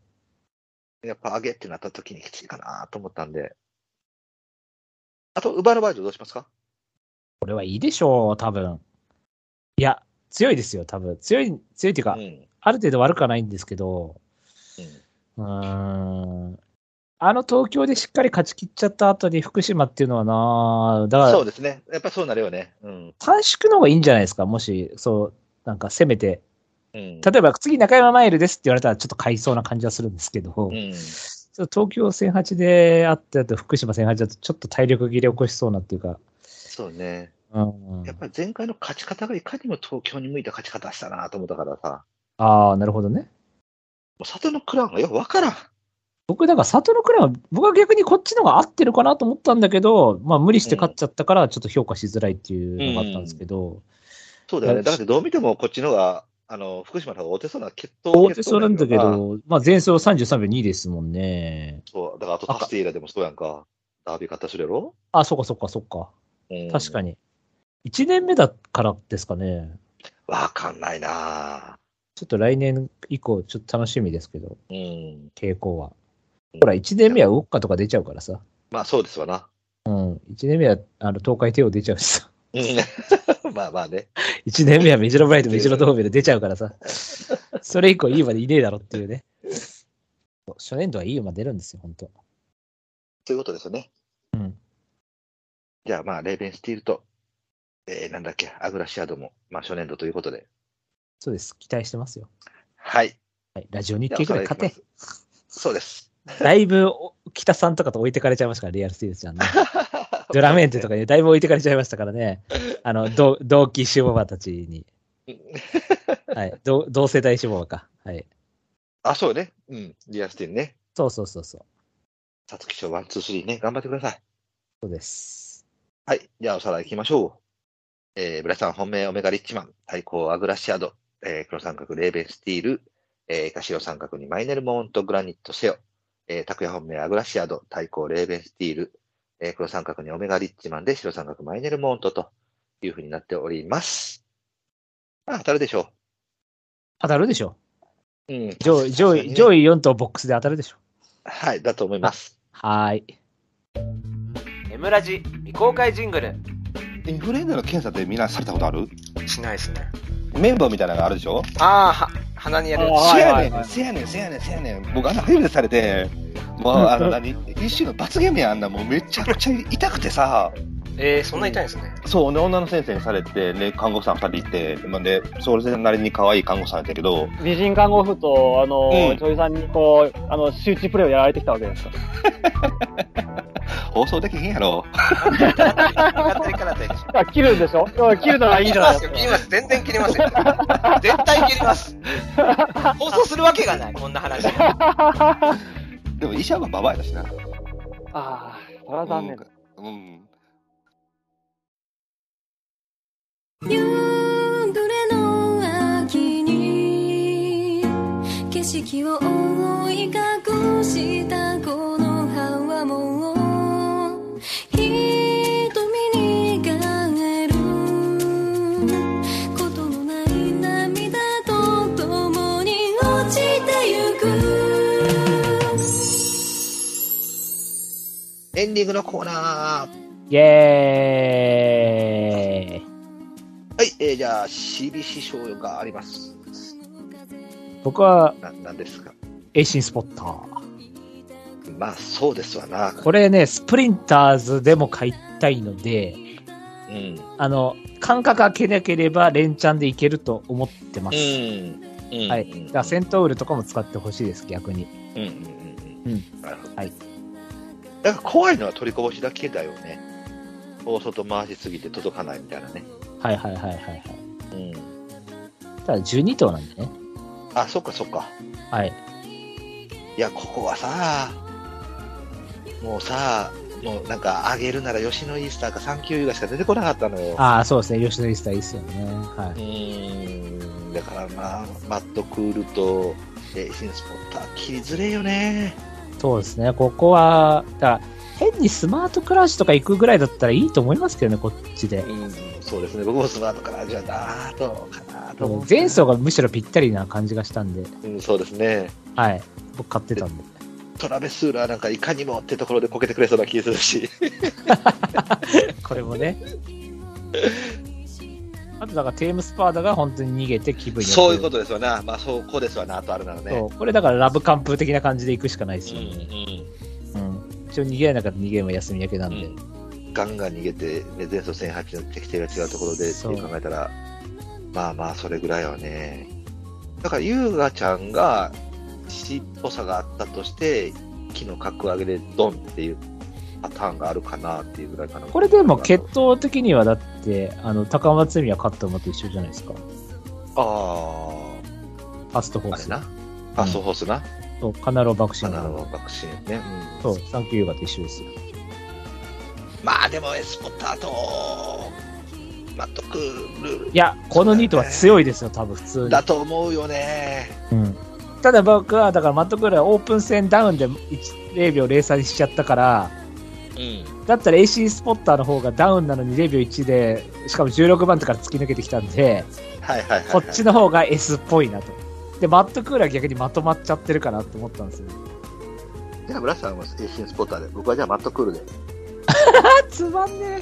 [SPEAKER 4] やっぱ上げってなった時にきついかなーと思ったんで。あと、ウバルバージョンどうしますか
[SPEAKER 3] これはいいでしょう、多分。いや、強いですよ、多分。強い、強いっていうか、
[SPEAKER 4] うん。
[SPEAKER 3] ある程度悪くはないんですけど、
[SPEAKER 4] う
[SPEAKER 3] うー
[SPEAKER 4] ん
[SPEAKER 3] ん。あの東京でしっかり勝ち切っちゃった後に福島っていうのはな、だから
[SPEAKER 4] そうですね。やっぱそうなるよね。うん。
[SPEAKER 3] 短縮の方がいいんじゃないですか、もし、そう、なんか攻めて。
[SPEAKER 4] うん。
[SPEAKER 3] 例えば次中山マイルですって言われたらちょっと買いそうな感じはするんですけど、
[SPEAKER 4] うん。
[SPEAKER 3] そう東京1008であって、あと福島1008だとちょっと体力切れ起こしそうなっていうか、
[SPEAKER 4] そうね。
[SPEAKER 3] うん
[SPEAKER 4] やっぱり前回の勝ち方がいかにも東京に向いた勝ち方したなと思ったからさ、
[SPEAKER 3] ああ、なるほどね。
[SPEAKER 4] もう里のクラウンがよくわからん。
[SPEAKER 3] 僕、だから、里のクラウン、僕は逆にこっちの方が合ってるかなと思ったんだけど、まあ、無理して勝っちゃったから、ちょっと評価しづらいっていうのがあったんですけど、
[SPEAKER 4] そうだよね。
[SPEAKER 3] だ
[SPEAKER 4] だ
[SPEAKER 3] っ
[SPEAKER 4] っててどう見てもこっちのが、あの、福島の方がお手そうな決闘
[SPEAKER 3] 大手そうなんだけ
[SPEAKER 4] 決闘な
[SPEAKER 3] ど、まあ、前走33秒2ですもんね。
[SPEAKER 4] そう、だからあとタスティーラでもそうやんか。ダービー勝ったしやろ、
[SPEAKER 3] あ、そっかそっかそっか。
[SPEAKER 4] うん、
[SPEAKER 3] 確か
[SPEAKER 4] に。
[SPEAKER 3] に。1年目だからですかね。
[SPEAKER 4] わかんないな
[SPEAKER 3] ちょっと来年以降、ちょっと楽しみですけど、
[SPEAKER 4] うん。
[SPEAKER 3] 傾向は。ほら、1年目はウォッカとか出ちゃうからさ。
[SPEAKER 4] まあそうですわな。
[SPEAKER 3] うん、1年目はあの東海帝王出ちゃうしさ、 [laughs]
[SPEAKER 4] うん [laughs] まあまあね。
[SPEAKER 3] 1年目はメジロブライト、メジロドーベル出ちゃうから
[SPEAKER 4] [laughs]
[SPEAKER 3] さ、それ以降いい馬でいねえだろっていうね。初年度はいい馬出るんですよ、本当。
[SPEAKER 4] ということですよね。
[SPEAKER 3] うん。
[SPEAKER 4] じゃあまあ、レーベンスティールと、えー、なんだっけ、アグラシアドも、まあ初年度ということで。
[SPEAKER 3] そうです、期待してますよ。
[SPEAKER 4] はい。
[SPEAKER 3] はい、ラジオ日経くらい勝て。
[SPEAKER 4] そうです。
[SPEAKER 3] だいぶお北さんとかと置いてかれちゃいましたから、リアルスティールちゃん
[SPEAKER 4] [laughs]
[SPEAKER 3] ね。ドラメンテとかにだいぶ置いてかれちゃいましたからね、あの同同期志望馬たちに。はい、同同世代志望馬か。はい。
[SPEAKER 4] あ、そうね。うん。リアスティンね。
[SPEAKER 3] そうそうそうそう。
[SPEAKER 4] さつき賞ワン、ツー、スリーね。頑張ってください。
[SPEAKER 3] そうです。
[SPEAKER 4] はい。じゃあ、おさらい行きましょう。えー、ブラさん本命、オメガリッチマン、対抗アグラシアド、えー、黒三角、レーベンスティール、えー、カシオ三角にマイネルモーンとグラニットセオ、えー、タクヤ本命、アグラシアド、対抗レーベンスティール、えー、黒三角にオメガリッチマンで、白三角、マイネルモーントというふうになっております。まあ、当たるでしょ
[SPEAKER 3] 当たるでしょ。
[SPEAKER 4] う。うん。
[SPEAKER 3] 上位、
[SPEAKER 4] さすが
[SPEAKER 3] 上
[SPEAKER 4] に
[SPEAKER 3] 位、
[SPEAKER 4] ね
[SPEAKER 3] 上位4頭ボックスで当たるでしょ。
[SPEAKER 4] はい、だと思います。
[SPEAKER 3] はーい。
[SPEAKER 5] エムラジ未公開ジングル
[SPEAKER 6] インフルエンザの検査ってみんなされたことある
[SPEAKER 5] しないですね
[SPEAKER 6] 綿棒みたいなのがあるでしょ
[SPEAKER 5] ああは鼻にやる
[SPEAKER 6] せやねん、せやねん、せやねん、せやねん。僕、あんな初めてされて、もう、あ
[SPEAKER 7] [laughs]
[SPEAKER 6] の、何、一種の罰ゲームやんあんな、もうめちゃくちゃ痛くてさ、
[SPEAKER 5] えー、そんな痛いんです [laughs] ね
[SPEAKER 6] そう、で、女の先生にされて、で、看護師さん二人いて、まあで、それなりに可愛い看護師さんやったけど、
[SPEAKER 7] 美人看護婦と、あの、
[SPEAKER 6] うん
[SPEAKER 7] 女優さんにこう、あの、集中プレーをやられてきたわけですか。
[SPEAKER 6] 放送できへんやろ。
[SPEAKER 5] やってるから大丈夫
[SPEAKER 7] だから切るんでしょ [laughs] うん切るならいいじゃないですか。
[SPEAKER 5] 切ります全然切りますよ絶対切ります放送するわけがないこんな話
[SPEAKER 6] でも、医者はババアやしな。
[SPEAKER 7] ああ、それは残念だ。
[SPEAKER 6] うん。うん
[SPEAKER 8] 夕暮れの秋に景色を覆い隠したこの葉はもう瞳に輝ることのない涙と共に落ちてゆく
[SPEAKER 4] エンディングのコーナ
[SPEAKER 3] イ
[SPEAKER 4] ー。
[SPEAKER 3] ェーイ。
[SPEAKER 4] はい、えー、じゃあ、CBC 賞があります。
[SPEAKER 3] 僕は、
[SPEAKER 4] な、なんですか。
[SPEAKER 3] エイシンスポッター。
[SPEAKER 4] まあ、そうですわな。
[SPEAKER 3] これね、スプリンターズでも買いたいので、
[SPEAKER 4] うん。
[SPEAKER 3] あの、間隔空けなければ連チャンでいけると思ってます。
[SPEAKER 4] うん。
[SPEAKER 3] はい。
[SPEAKER 4] うん
[SPEAKER 3] だからセントウルとかも使ってほしいです、逆に。
[SPEAKER 4] うんうんうんうん。なるほど。
[SPEAKER 3] はい。
[SPEAKER 4] だから怖いのは取りこぼしだけだよね。大外回しすぎて届かないみたいなね。
[SPEAKER 3] はいはいはいはいはい。
[SPEAKER 4] うん。
[SPEAKER 3] ただ12頭なんでね。
[SPEAKER 4] あ、そっかそっか。
[SPEAKER 3] はい。
[SPEAKER 4] いや、ここはさ、もうさ、もうなんか、あげるなら吉野イースターかサンキュー優雅しか出てこなかったのよ。
[SPEAKER 3] ああ、そうですね。吉野イースターいいっすよね。は
[SPEAKER 4] う
[SPEAKER 3] い。
[SPEAKER 4] ーん。だからまあ、マットクールと、えー、新スポッター、切りづれえよね。
[SPEAKER 3] そうですね。ここは、だから、変にスマートクラッシュとか行くぐらいだったらいいと思いますけどね、こっちで。
[SPEAKER 4] うん、そうですね。僕もスマートから、じゃあ、なーと、かなーと思う。
[SPEAKER 3] 前走がむしろぴったりな感じがしたんで、
[SPEAKER 4] うん、そうですね。
[SPEAKER 3] はい。僕買ってたんで。
[SPEAKER 4] トラベスーラーなんかいかにもってところでこけてくれそうな気するし。
[SPEAKER 3] [laughs] これもね。 [laughs] あと、だからテームスパーダが本当に逃げて気分よく
[SPEAKER 4] [laughs] そういうことですわな。まあ、そうこうですわな、とあるなら
[SPEAKER 3] そ
[SPEAKER 4] ね。
[SPEAKER 3] うこれだからラブ完封的な感じで行くしかないです
[SPEAKER 4] うん
[SPEAKER 3] よね。
[SPEAKER 4] う
[SPEAKER 3] うん。一応逃げられなかったら逃げれば休み明けなんで。
[SPEAKER 4] ん。ガンガン逃げて、ね、前走1008の適性が違うところでって
[SPEAKER 3] そう
[SPEAKER 4] 考えたら、まあまあ、それぐらいはね。だから、優雅ちゃんが、C っぽさがあったとして、木の格上げでドンっていうパターンがあるかなっていうぐらいかな。
[SPEAKER 3] これでも血統的にはだって、あの、高松宮勝った馬と一緒じゃないですか。
[SPEAKER 4] あ
[SPEAKER 3] ファストホ
[SPEAKER 4] あ、
[SPEAKER 3] ー
[SPEAKER 4] あれ
[SPEAKER 3] ス。
[SPEAKER 4] な。あ、そうホースな。
[SPEAKER 3] そう、カナロ爆心
[SPEAKER 4] カナロワクチンね。う
[SPEAKER 3] そ
[SPEAKER 4] ん
[SPEAKER 3] う、サンキューヨガと一緒ですよ。
[SPEAKER 4] まあでもエスポッターとマットクー
[SPEAKER 3] いや、このニートは強いですよ、多分普通
[SPEAKER 4] ル
[SPEAKER 3] に
[SPEAKER 4] だ。と思うよね。
[SPEAKER 3] うん。ただ僕は、だからマットクールはオープン戦ダウンで1 0秒0差にしちゃったから、
[SPEAKER 4] うん。
[SPEAKER 3] だったら AC スポッターの方がダウンなのに0秒1で、しかも16番手から突き抜けてきたんで、
[SPEAKER 4] はいはいはい、はい。
[SPEAKER 3] こっちの方が S っぽいなと。で、マットクールは逆にまとまっちゃってるかなと思ったんですよ。
[SPEAKER 4] じゃあ村さんは新スポッターで、僕はじゃあマットクールで。
[SPEAKER 3] あ、つまんね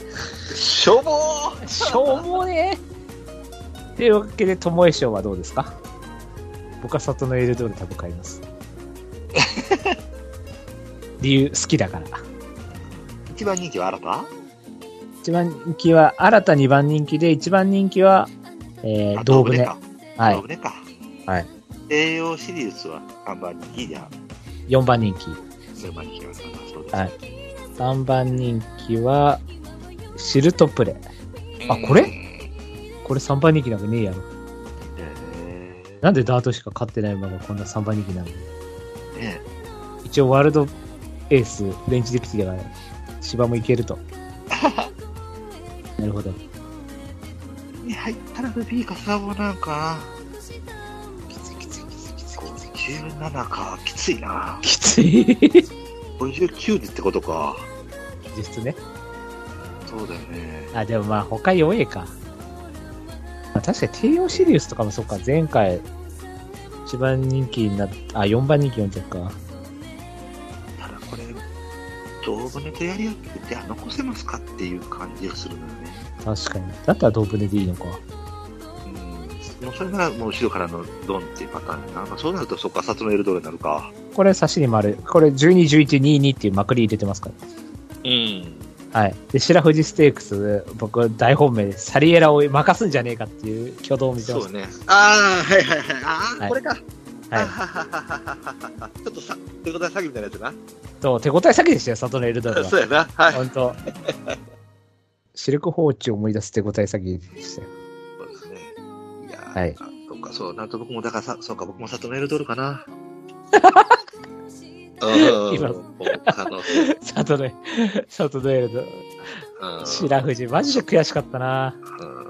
[SPEAKER 4] しょぼー
[SPEAKER 3] え。しょうもねえ。というわけで、巴賞はどうですか僕は里のエルドール多分買い [laughs] ます。理由、好きだから。
[SPEAKER 4] 一番人気は新た
[SPEAKER 3] 一番人気は、新た2番人気で、一番人気は、えー、道具ね。
[SPEAKER 4] か。
[SPEAKER 3] は
[SPEAKER 4] ド
[SPEAKER 3] い
[SPEAKER 4] ブ。ネか。
[SPEAKER 3] はい。
[SPEAKER 4] 栄養シリーズは看板人気じゃん。
[SPEAKER 3] 4番人気。
[SPEAKER 4] それまで聞けますかな。そうです。
[SPEAKER 3] はい。3番人気は、シルトプレ。あ、こ
[SPEAKER 4] うん
[SPEAKER 3] れこれ3番人気なんかねえやろ。
[SPEAKER 4] え
[SPEAKER 3] なんでダートしか勝ってない馬がこんな3番人気なの
[SPEAKER 4] ね
[SPEAKER 3] 一応ワールドエース、フレンチディクティだから、芝もいける [laughs] と。なるほど。
[SPEAKER 4] に入ったらルビーかサーボなんかきついきついきついきついきつい17かきついな
[SPEAKER 3] きつい。
[SPEAKER 4] 59ってことか
[SPEAKER 3] 実質ね。
[SPEAKER 4] そうだよね
[SPEAKER 3] あ、でもまあ他弱えか。まあ、確かに帝王シリウスとかもそうか、前回、一番人気になっあ、4番人気4着か。
[SPEAKER 4] ただこれ動物ネタやりやっててあ残せますかっていう感じがするのよね
[SPEAKER 3] 確かに。だったらドープネでいいのか。
[SPEAKER 4] うんもうそれならもう後ろからのドンっていうパターンやな、まあ、そうなるとそっか札のエルドレになるか
[SPEAKER 3] これ差しに丸。これ12、11、22っていうまくり入れてますから。
[SPEAKER 4] うん
[SPEAKER 3] はい。で、白富士ステークス、僕、大本命で、サリエラを任すんじゃねえかっていう挙動を見てま
[SPEAKER 4] そう
[SPEAKER 3] す。
[SPEAKER 4] ねああはいはいはいああ、
[SPEAKER 3] はい
[SPEAKER 4] これか
[SPEAKER 3] はい
[SPEAKER 4] あはははははちょっとさ手応え詐欺みたいなやつな
[SPEAKER 3] そう、手応え詐欺でしたよ、里のエルドルは
[SPEAKER 4] そ。うやなはい
[SPEAKER 3] 本当。シルク放置を思い出す手応え詐欺でしたよ。
[SPEAKER 4] そうですね。いやー
[SPEAKER 3] はい
[SPEAKER 4] そっか、そう、なんと僕も、だからさ、そうか、僕もサトノエルドルかな。 [laughs]
[SPEAKER 3] 今
[SPEAKER 4] あの、
[SPEAKER 3] 里の、里のエルドル。
[SPEAKER 4] うん
[SPEAKER 3] 白富士、マジで悔しかったな。
[SPEAKER 4] うん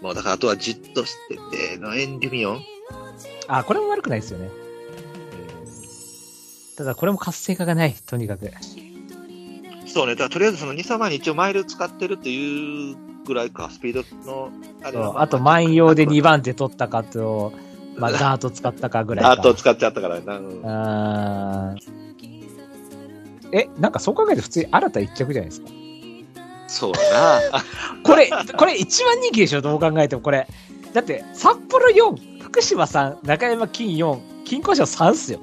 [SPEAKER 4] もうだから、あとはじっとしてて、のエンデュミオン。
[SPEAKER 3] あ、これも悪くないですよね。ただ、これも活性化がない、とにかく。
[SPEAKER 4] そうね、だからとりあえずその2、3万に一応マイル使ってるっていうぐらいか、スピードの、あれ
[SPEAKER 3] そう
[SPEAKER 4] は
[SPEAKER 3] あと、万葉で2
[SPEAKER 4] 番
[SPEAKER 3] 番手取ったかと、
[SPEAKER 4] [laughs]
[SPEAKER 3] まあ、ダート使ったかぐらいか。
[SPEAKER 4] あと使っちゃったからな。うん
[SPEAKER 3] あーえ、なんかそう考えると普通に新た一着じゃないですか。
[SPEAKER 4] そうだな。
[SPEAKER 3] これ、 [laughs] これ一番人気でしょ、どう考えてもこれ。だって、札幌4、福島3、中山金4、金庫賞3っすよ。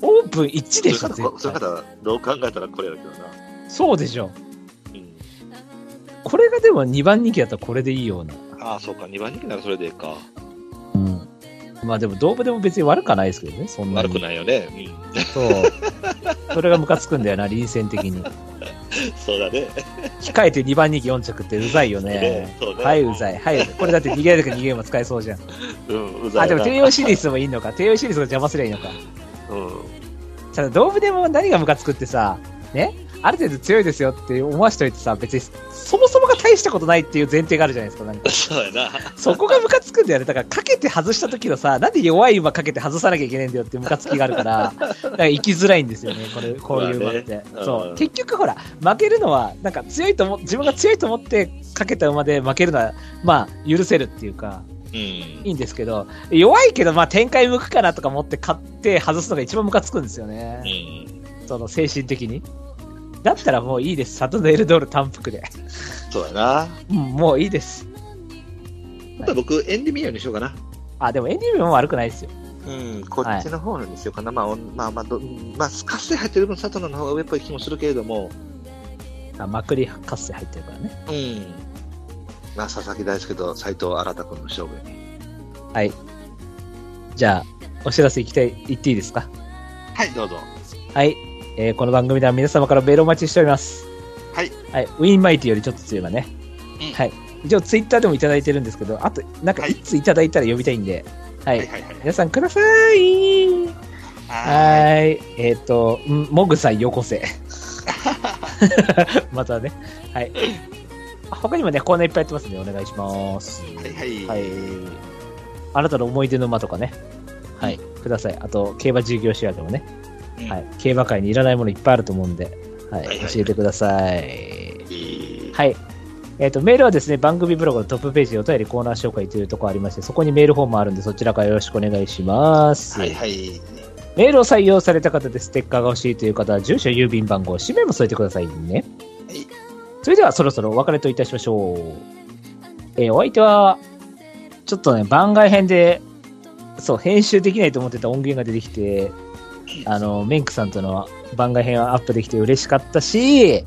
[SPEAKER 3] オープン1でしょ、
[SPEAKER 4] そういう方、そうい
[SPEAKER 3] 絶対。
[SPEAKER 4] う方どう考えたらこれだけどな。
[SPEAKER 3] そうでしょ。
[SPEAKER 4] うん
[SPEAKER 3] これがでも2番人気だったらこれでいいような。
[SPEAKER 4] ああ、そうか、2番人気ならそれでいいか。
[SPEAKER 3] うん。まあでも、動物でも別に悪くはないですけどね、そんなに。
[SPEAKER 4] 悪くないよね。うん
[SPEAKER 3] い。そう。それがムカつくんだよな、臨戦的に。
[SPEAKER 4] そうだね。
[SPEAKER 3] 控えて2番人気4着ってうざいよね。
[SPEAKER 4] そうね。
[SPEAKER 3] はい、うざい。はい、うざいこれだって逃げるか逃げも使えそうじゃん。
[SPEAKER 4] うん、うざ
[SPEAKER 3] あ、
[SPEAKER 4] い
[SPEAKER 3] で
[SPEAKER 4] な。
[SPEAKER 3] も帝王シリーズもいいのか。帝王シリーズが邪魔すりゃいいのか。
[SPEAKER 4] うん。
[SPEAKER 3] ただ、ドームでも何がムカつくってさ、ね、ある程度強いですよって思わしといてさ、別に、そもそもが大したことないっていう前提があるじゃないですか。なんか
[SPEAKER 4] そうやな。
[SPEAKER 3] そこがムカつくんだよね。だから、かけて外した時のさ、
[SPEAKER 4] [laughs]
[SPEAKER 3] なんで弱い馬かけて外さなきゃいけないんだよっていうムカつきがあるから、だから生きづらいんですよね、こ
[SPEAKER 4] [laughs]
[SPEAKER 3] れ、こういう馬って。
[SPEAKER 4] まあね
[SPEAKER 3] そうう。
[SPEAKER 4] ん
[SPEAKER 3] 結局ほら、負けるのは、なんか強いと思、自分が強いと思ってかけた馬で負けるのは、まあ、許せるっていうか、
[SPEAKER 4] うん。
[SPEAKER 3] いいんですけど、弱いけど、まあ、展開向くかなとか思って買って外すのが一番ムカつくんですよね
[SPEAKER 4] う。ん。
[SPEAKER 3] その精神的に。だったらもういいです。サトノエルドール単服で。
[SPEAKER 4] そうやな。
[SPEAKER 3] うんもういいです。
[SPEAKER 4] あと僕、エンディミオにしようかな。
[SPEAKER 3] あ、でもエンディミオンも悪くないですよ。
[SPEAKER 4] うん、こっちの方にしようかな。まあ、おまあ、まあ、どまあ、スカッセ入ってる分、佐藤の方が上っぽい気もするけれども、
[SPEAKER 3] あまくり合戦入ってるからね。
[SPEAKER 4] うん。まあ、佐々木大輔と斎藤新君の勝負やね。
[SPEAKER 3] じゃあ、お知らせ行きたい、行っていいですか
[SPEAKER 4] はい、どうぞ。
[SPEAKER 3] はい。えーこの番組では皆様からメールをお待ちしております。
[SPEAKER 4] はい。
[SPEAKER 3] はい。ウィンマイティよりちょっと強いわね。
[SPEAKER 4] うん
[SPEAKER 3] はい。一応ツイッターでもいただいてるんですけど、あと、なんか
[SPEAKER 4] はい
[SPEAKER 3] いついただいたら呼びたいんで、はい。
[SPEAKER 4] はいはいはい。
[SPEAKER 3] 皆さんくださいはーい。えっ、と、んもぐさんよこ
[SPEAKER 4] [laughs]
[SPEAKER 3] せ。 [laughs] またね。はい。他にもね、コーナーいっぱいやってますんで、お願いします。
[SPEAKER 4] はいはい。
[SPEAKER 3] はい。あなたの思い出の馬とかね。はい。ください。あと、競馬従業手話でもね。
[SPEAKER 4] うん
[SPEAKER 3] はい。競馬界にいらないものいっぱいあると思うんで、はい。
[SPEAKER 4] はいはい
[SPEAKER 3] 教えてください。
[SPEAKER 4] い
[SPEAKER 3] はい。えっ、と、メールはですね、番組ブログのトップページにお便りコーナー紹介というところありまして、そこにメールフォームあるんで、そちらからよろしくお願いします。
[SPEAKER 4] はいはい。
[SPEAKER 3] メールを採用された方でステッカーが欲しいという方は、住所、郵便番号、氏名も添えてくださいね。
[SPEAKER 4] はい
[SPEAKER 3] それでは、そろそろお別れといたしましょう。えーお相手は、ちょっとね、番外編で、そう、編集できないと思ってた音源が出てきて、あの、メンクさんとの番外編はアップできて嬉しかったし、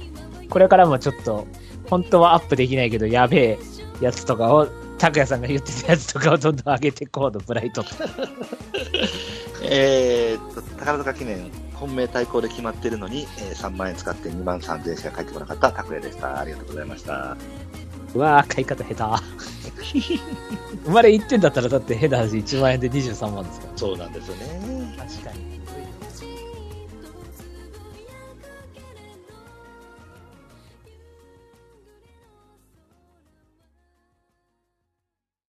[SPEAKER 3] これからもちょっと、本当はアップできないけど、やべえやつとかを、拓也さんが言ってたやつとかをどんどん上げていこうの、ブライトと。
[SPEAKER 4] えーっと、宝塚記念、本命対抗で決まってるのに、えー3万円使って2万3000円しか返ってこなかった拓也でした。ありがとうございました。
[SPEAKER 3] うわー、買い方下手。 [laughs] 生まれ1点だったらだって変な話1万円で23万ですから。
[SPEAKER 4] そうなんですよね。
[SPEAKER 3] 確かに。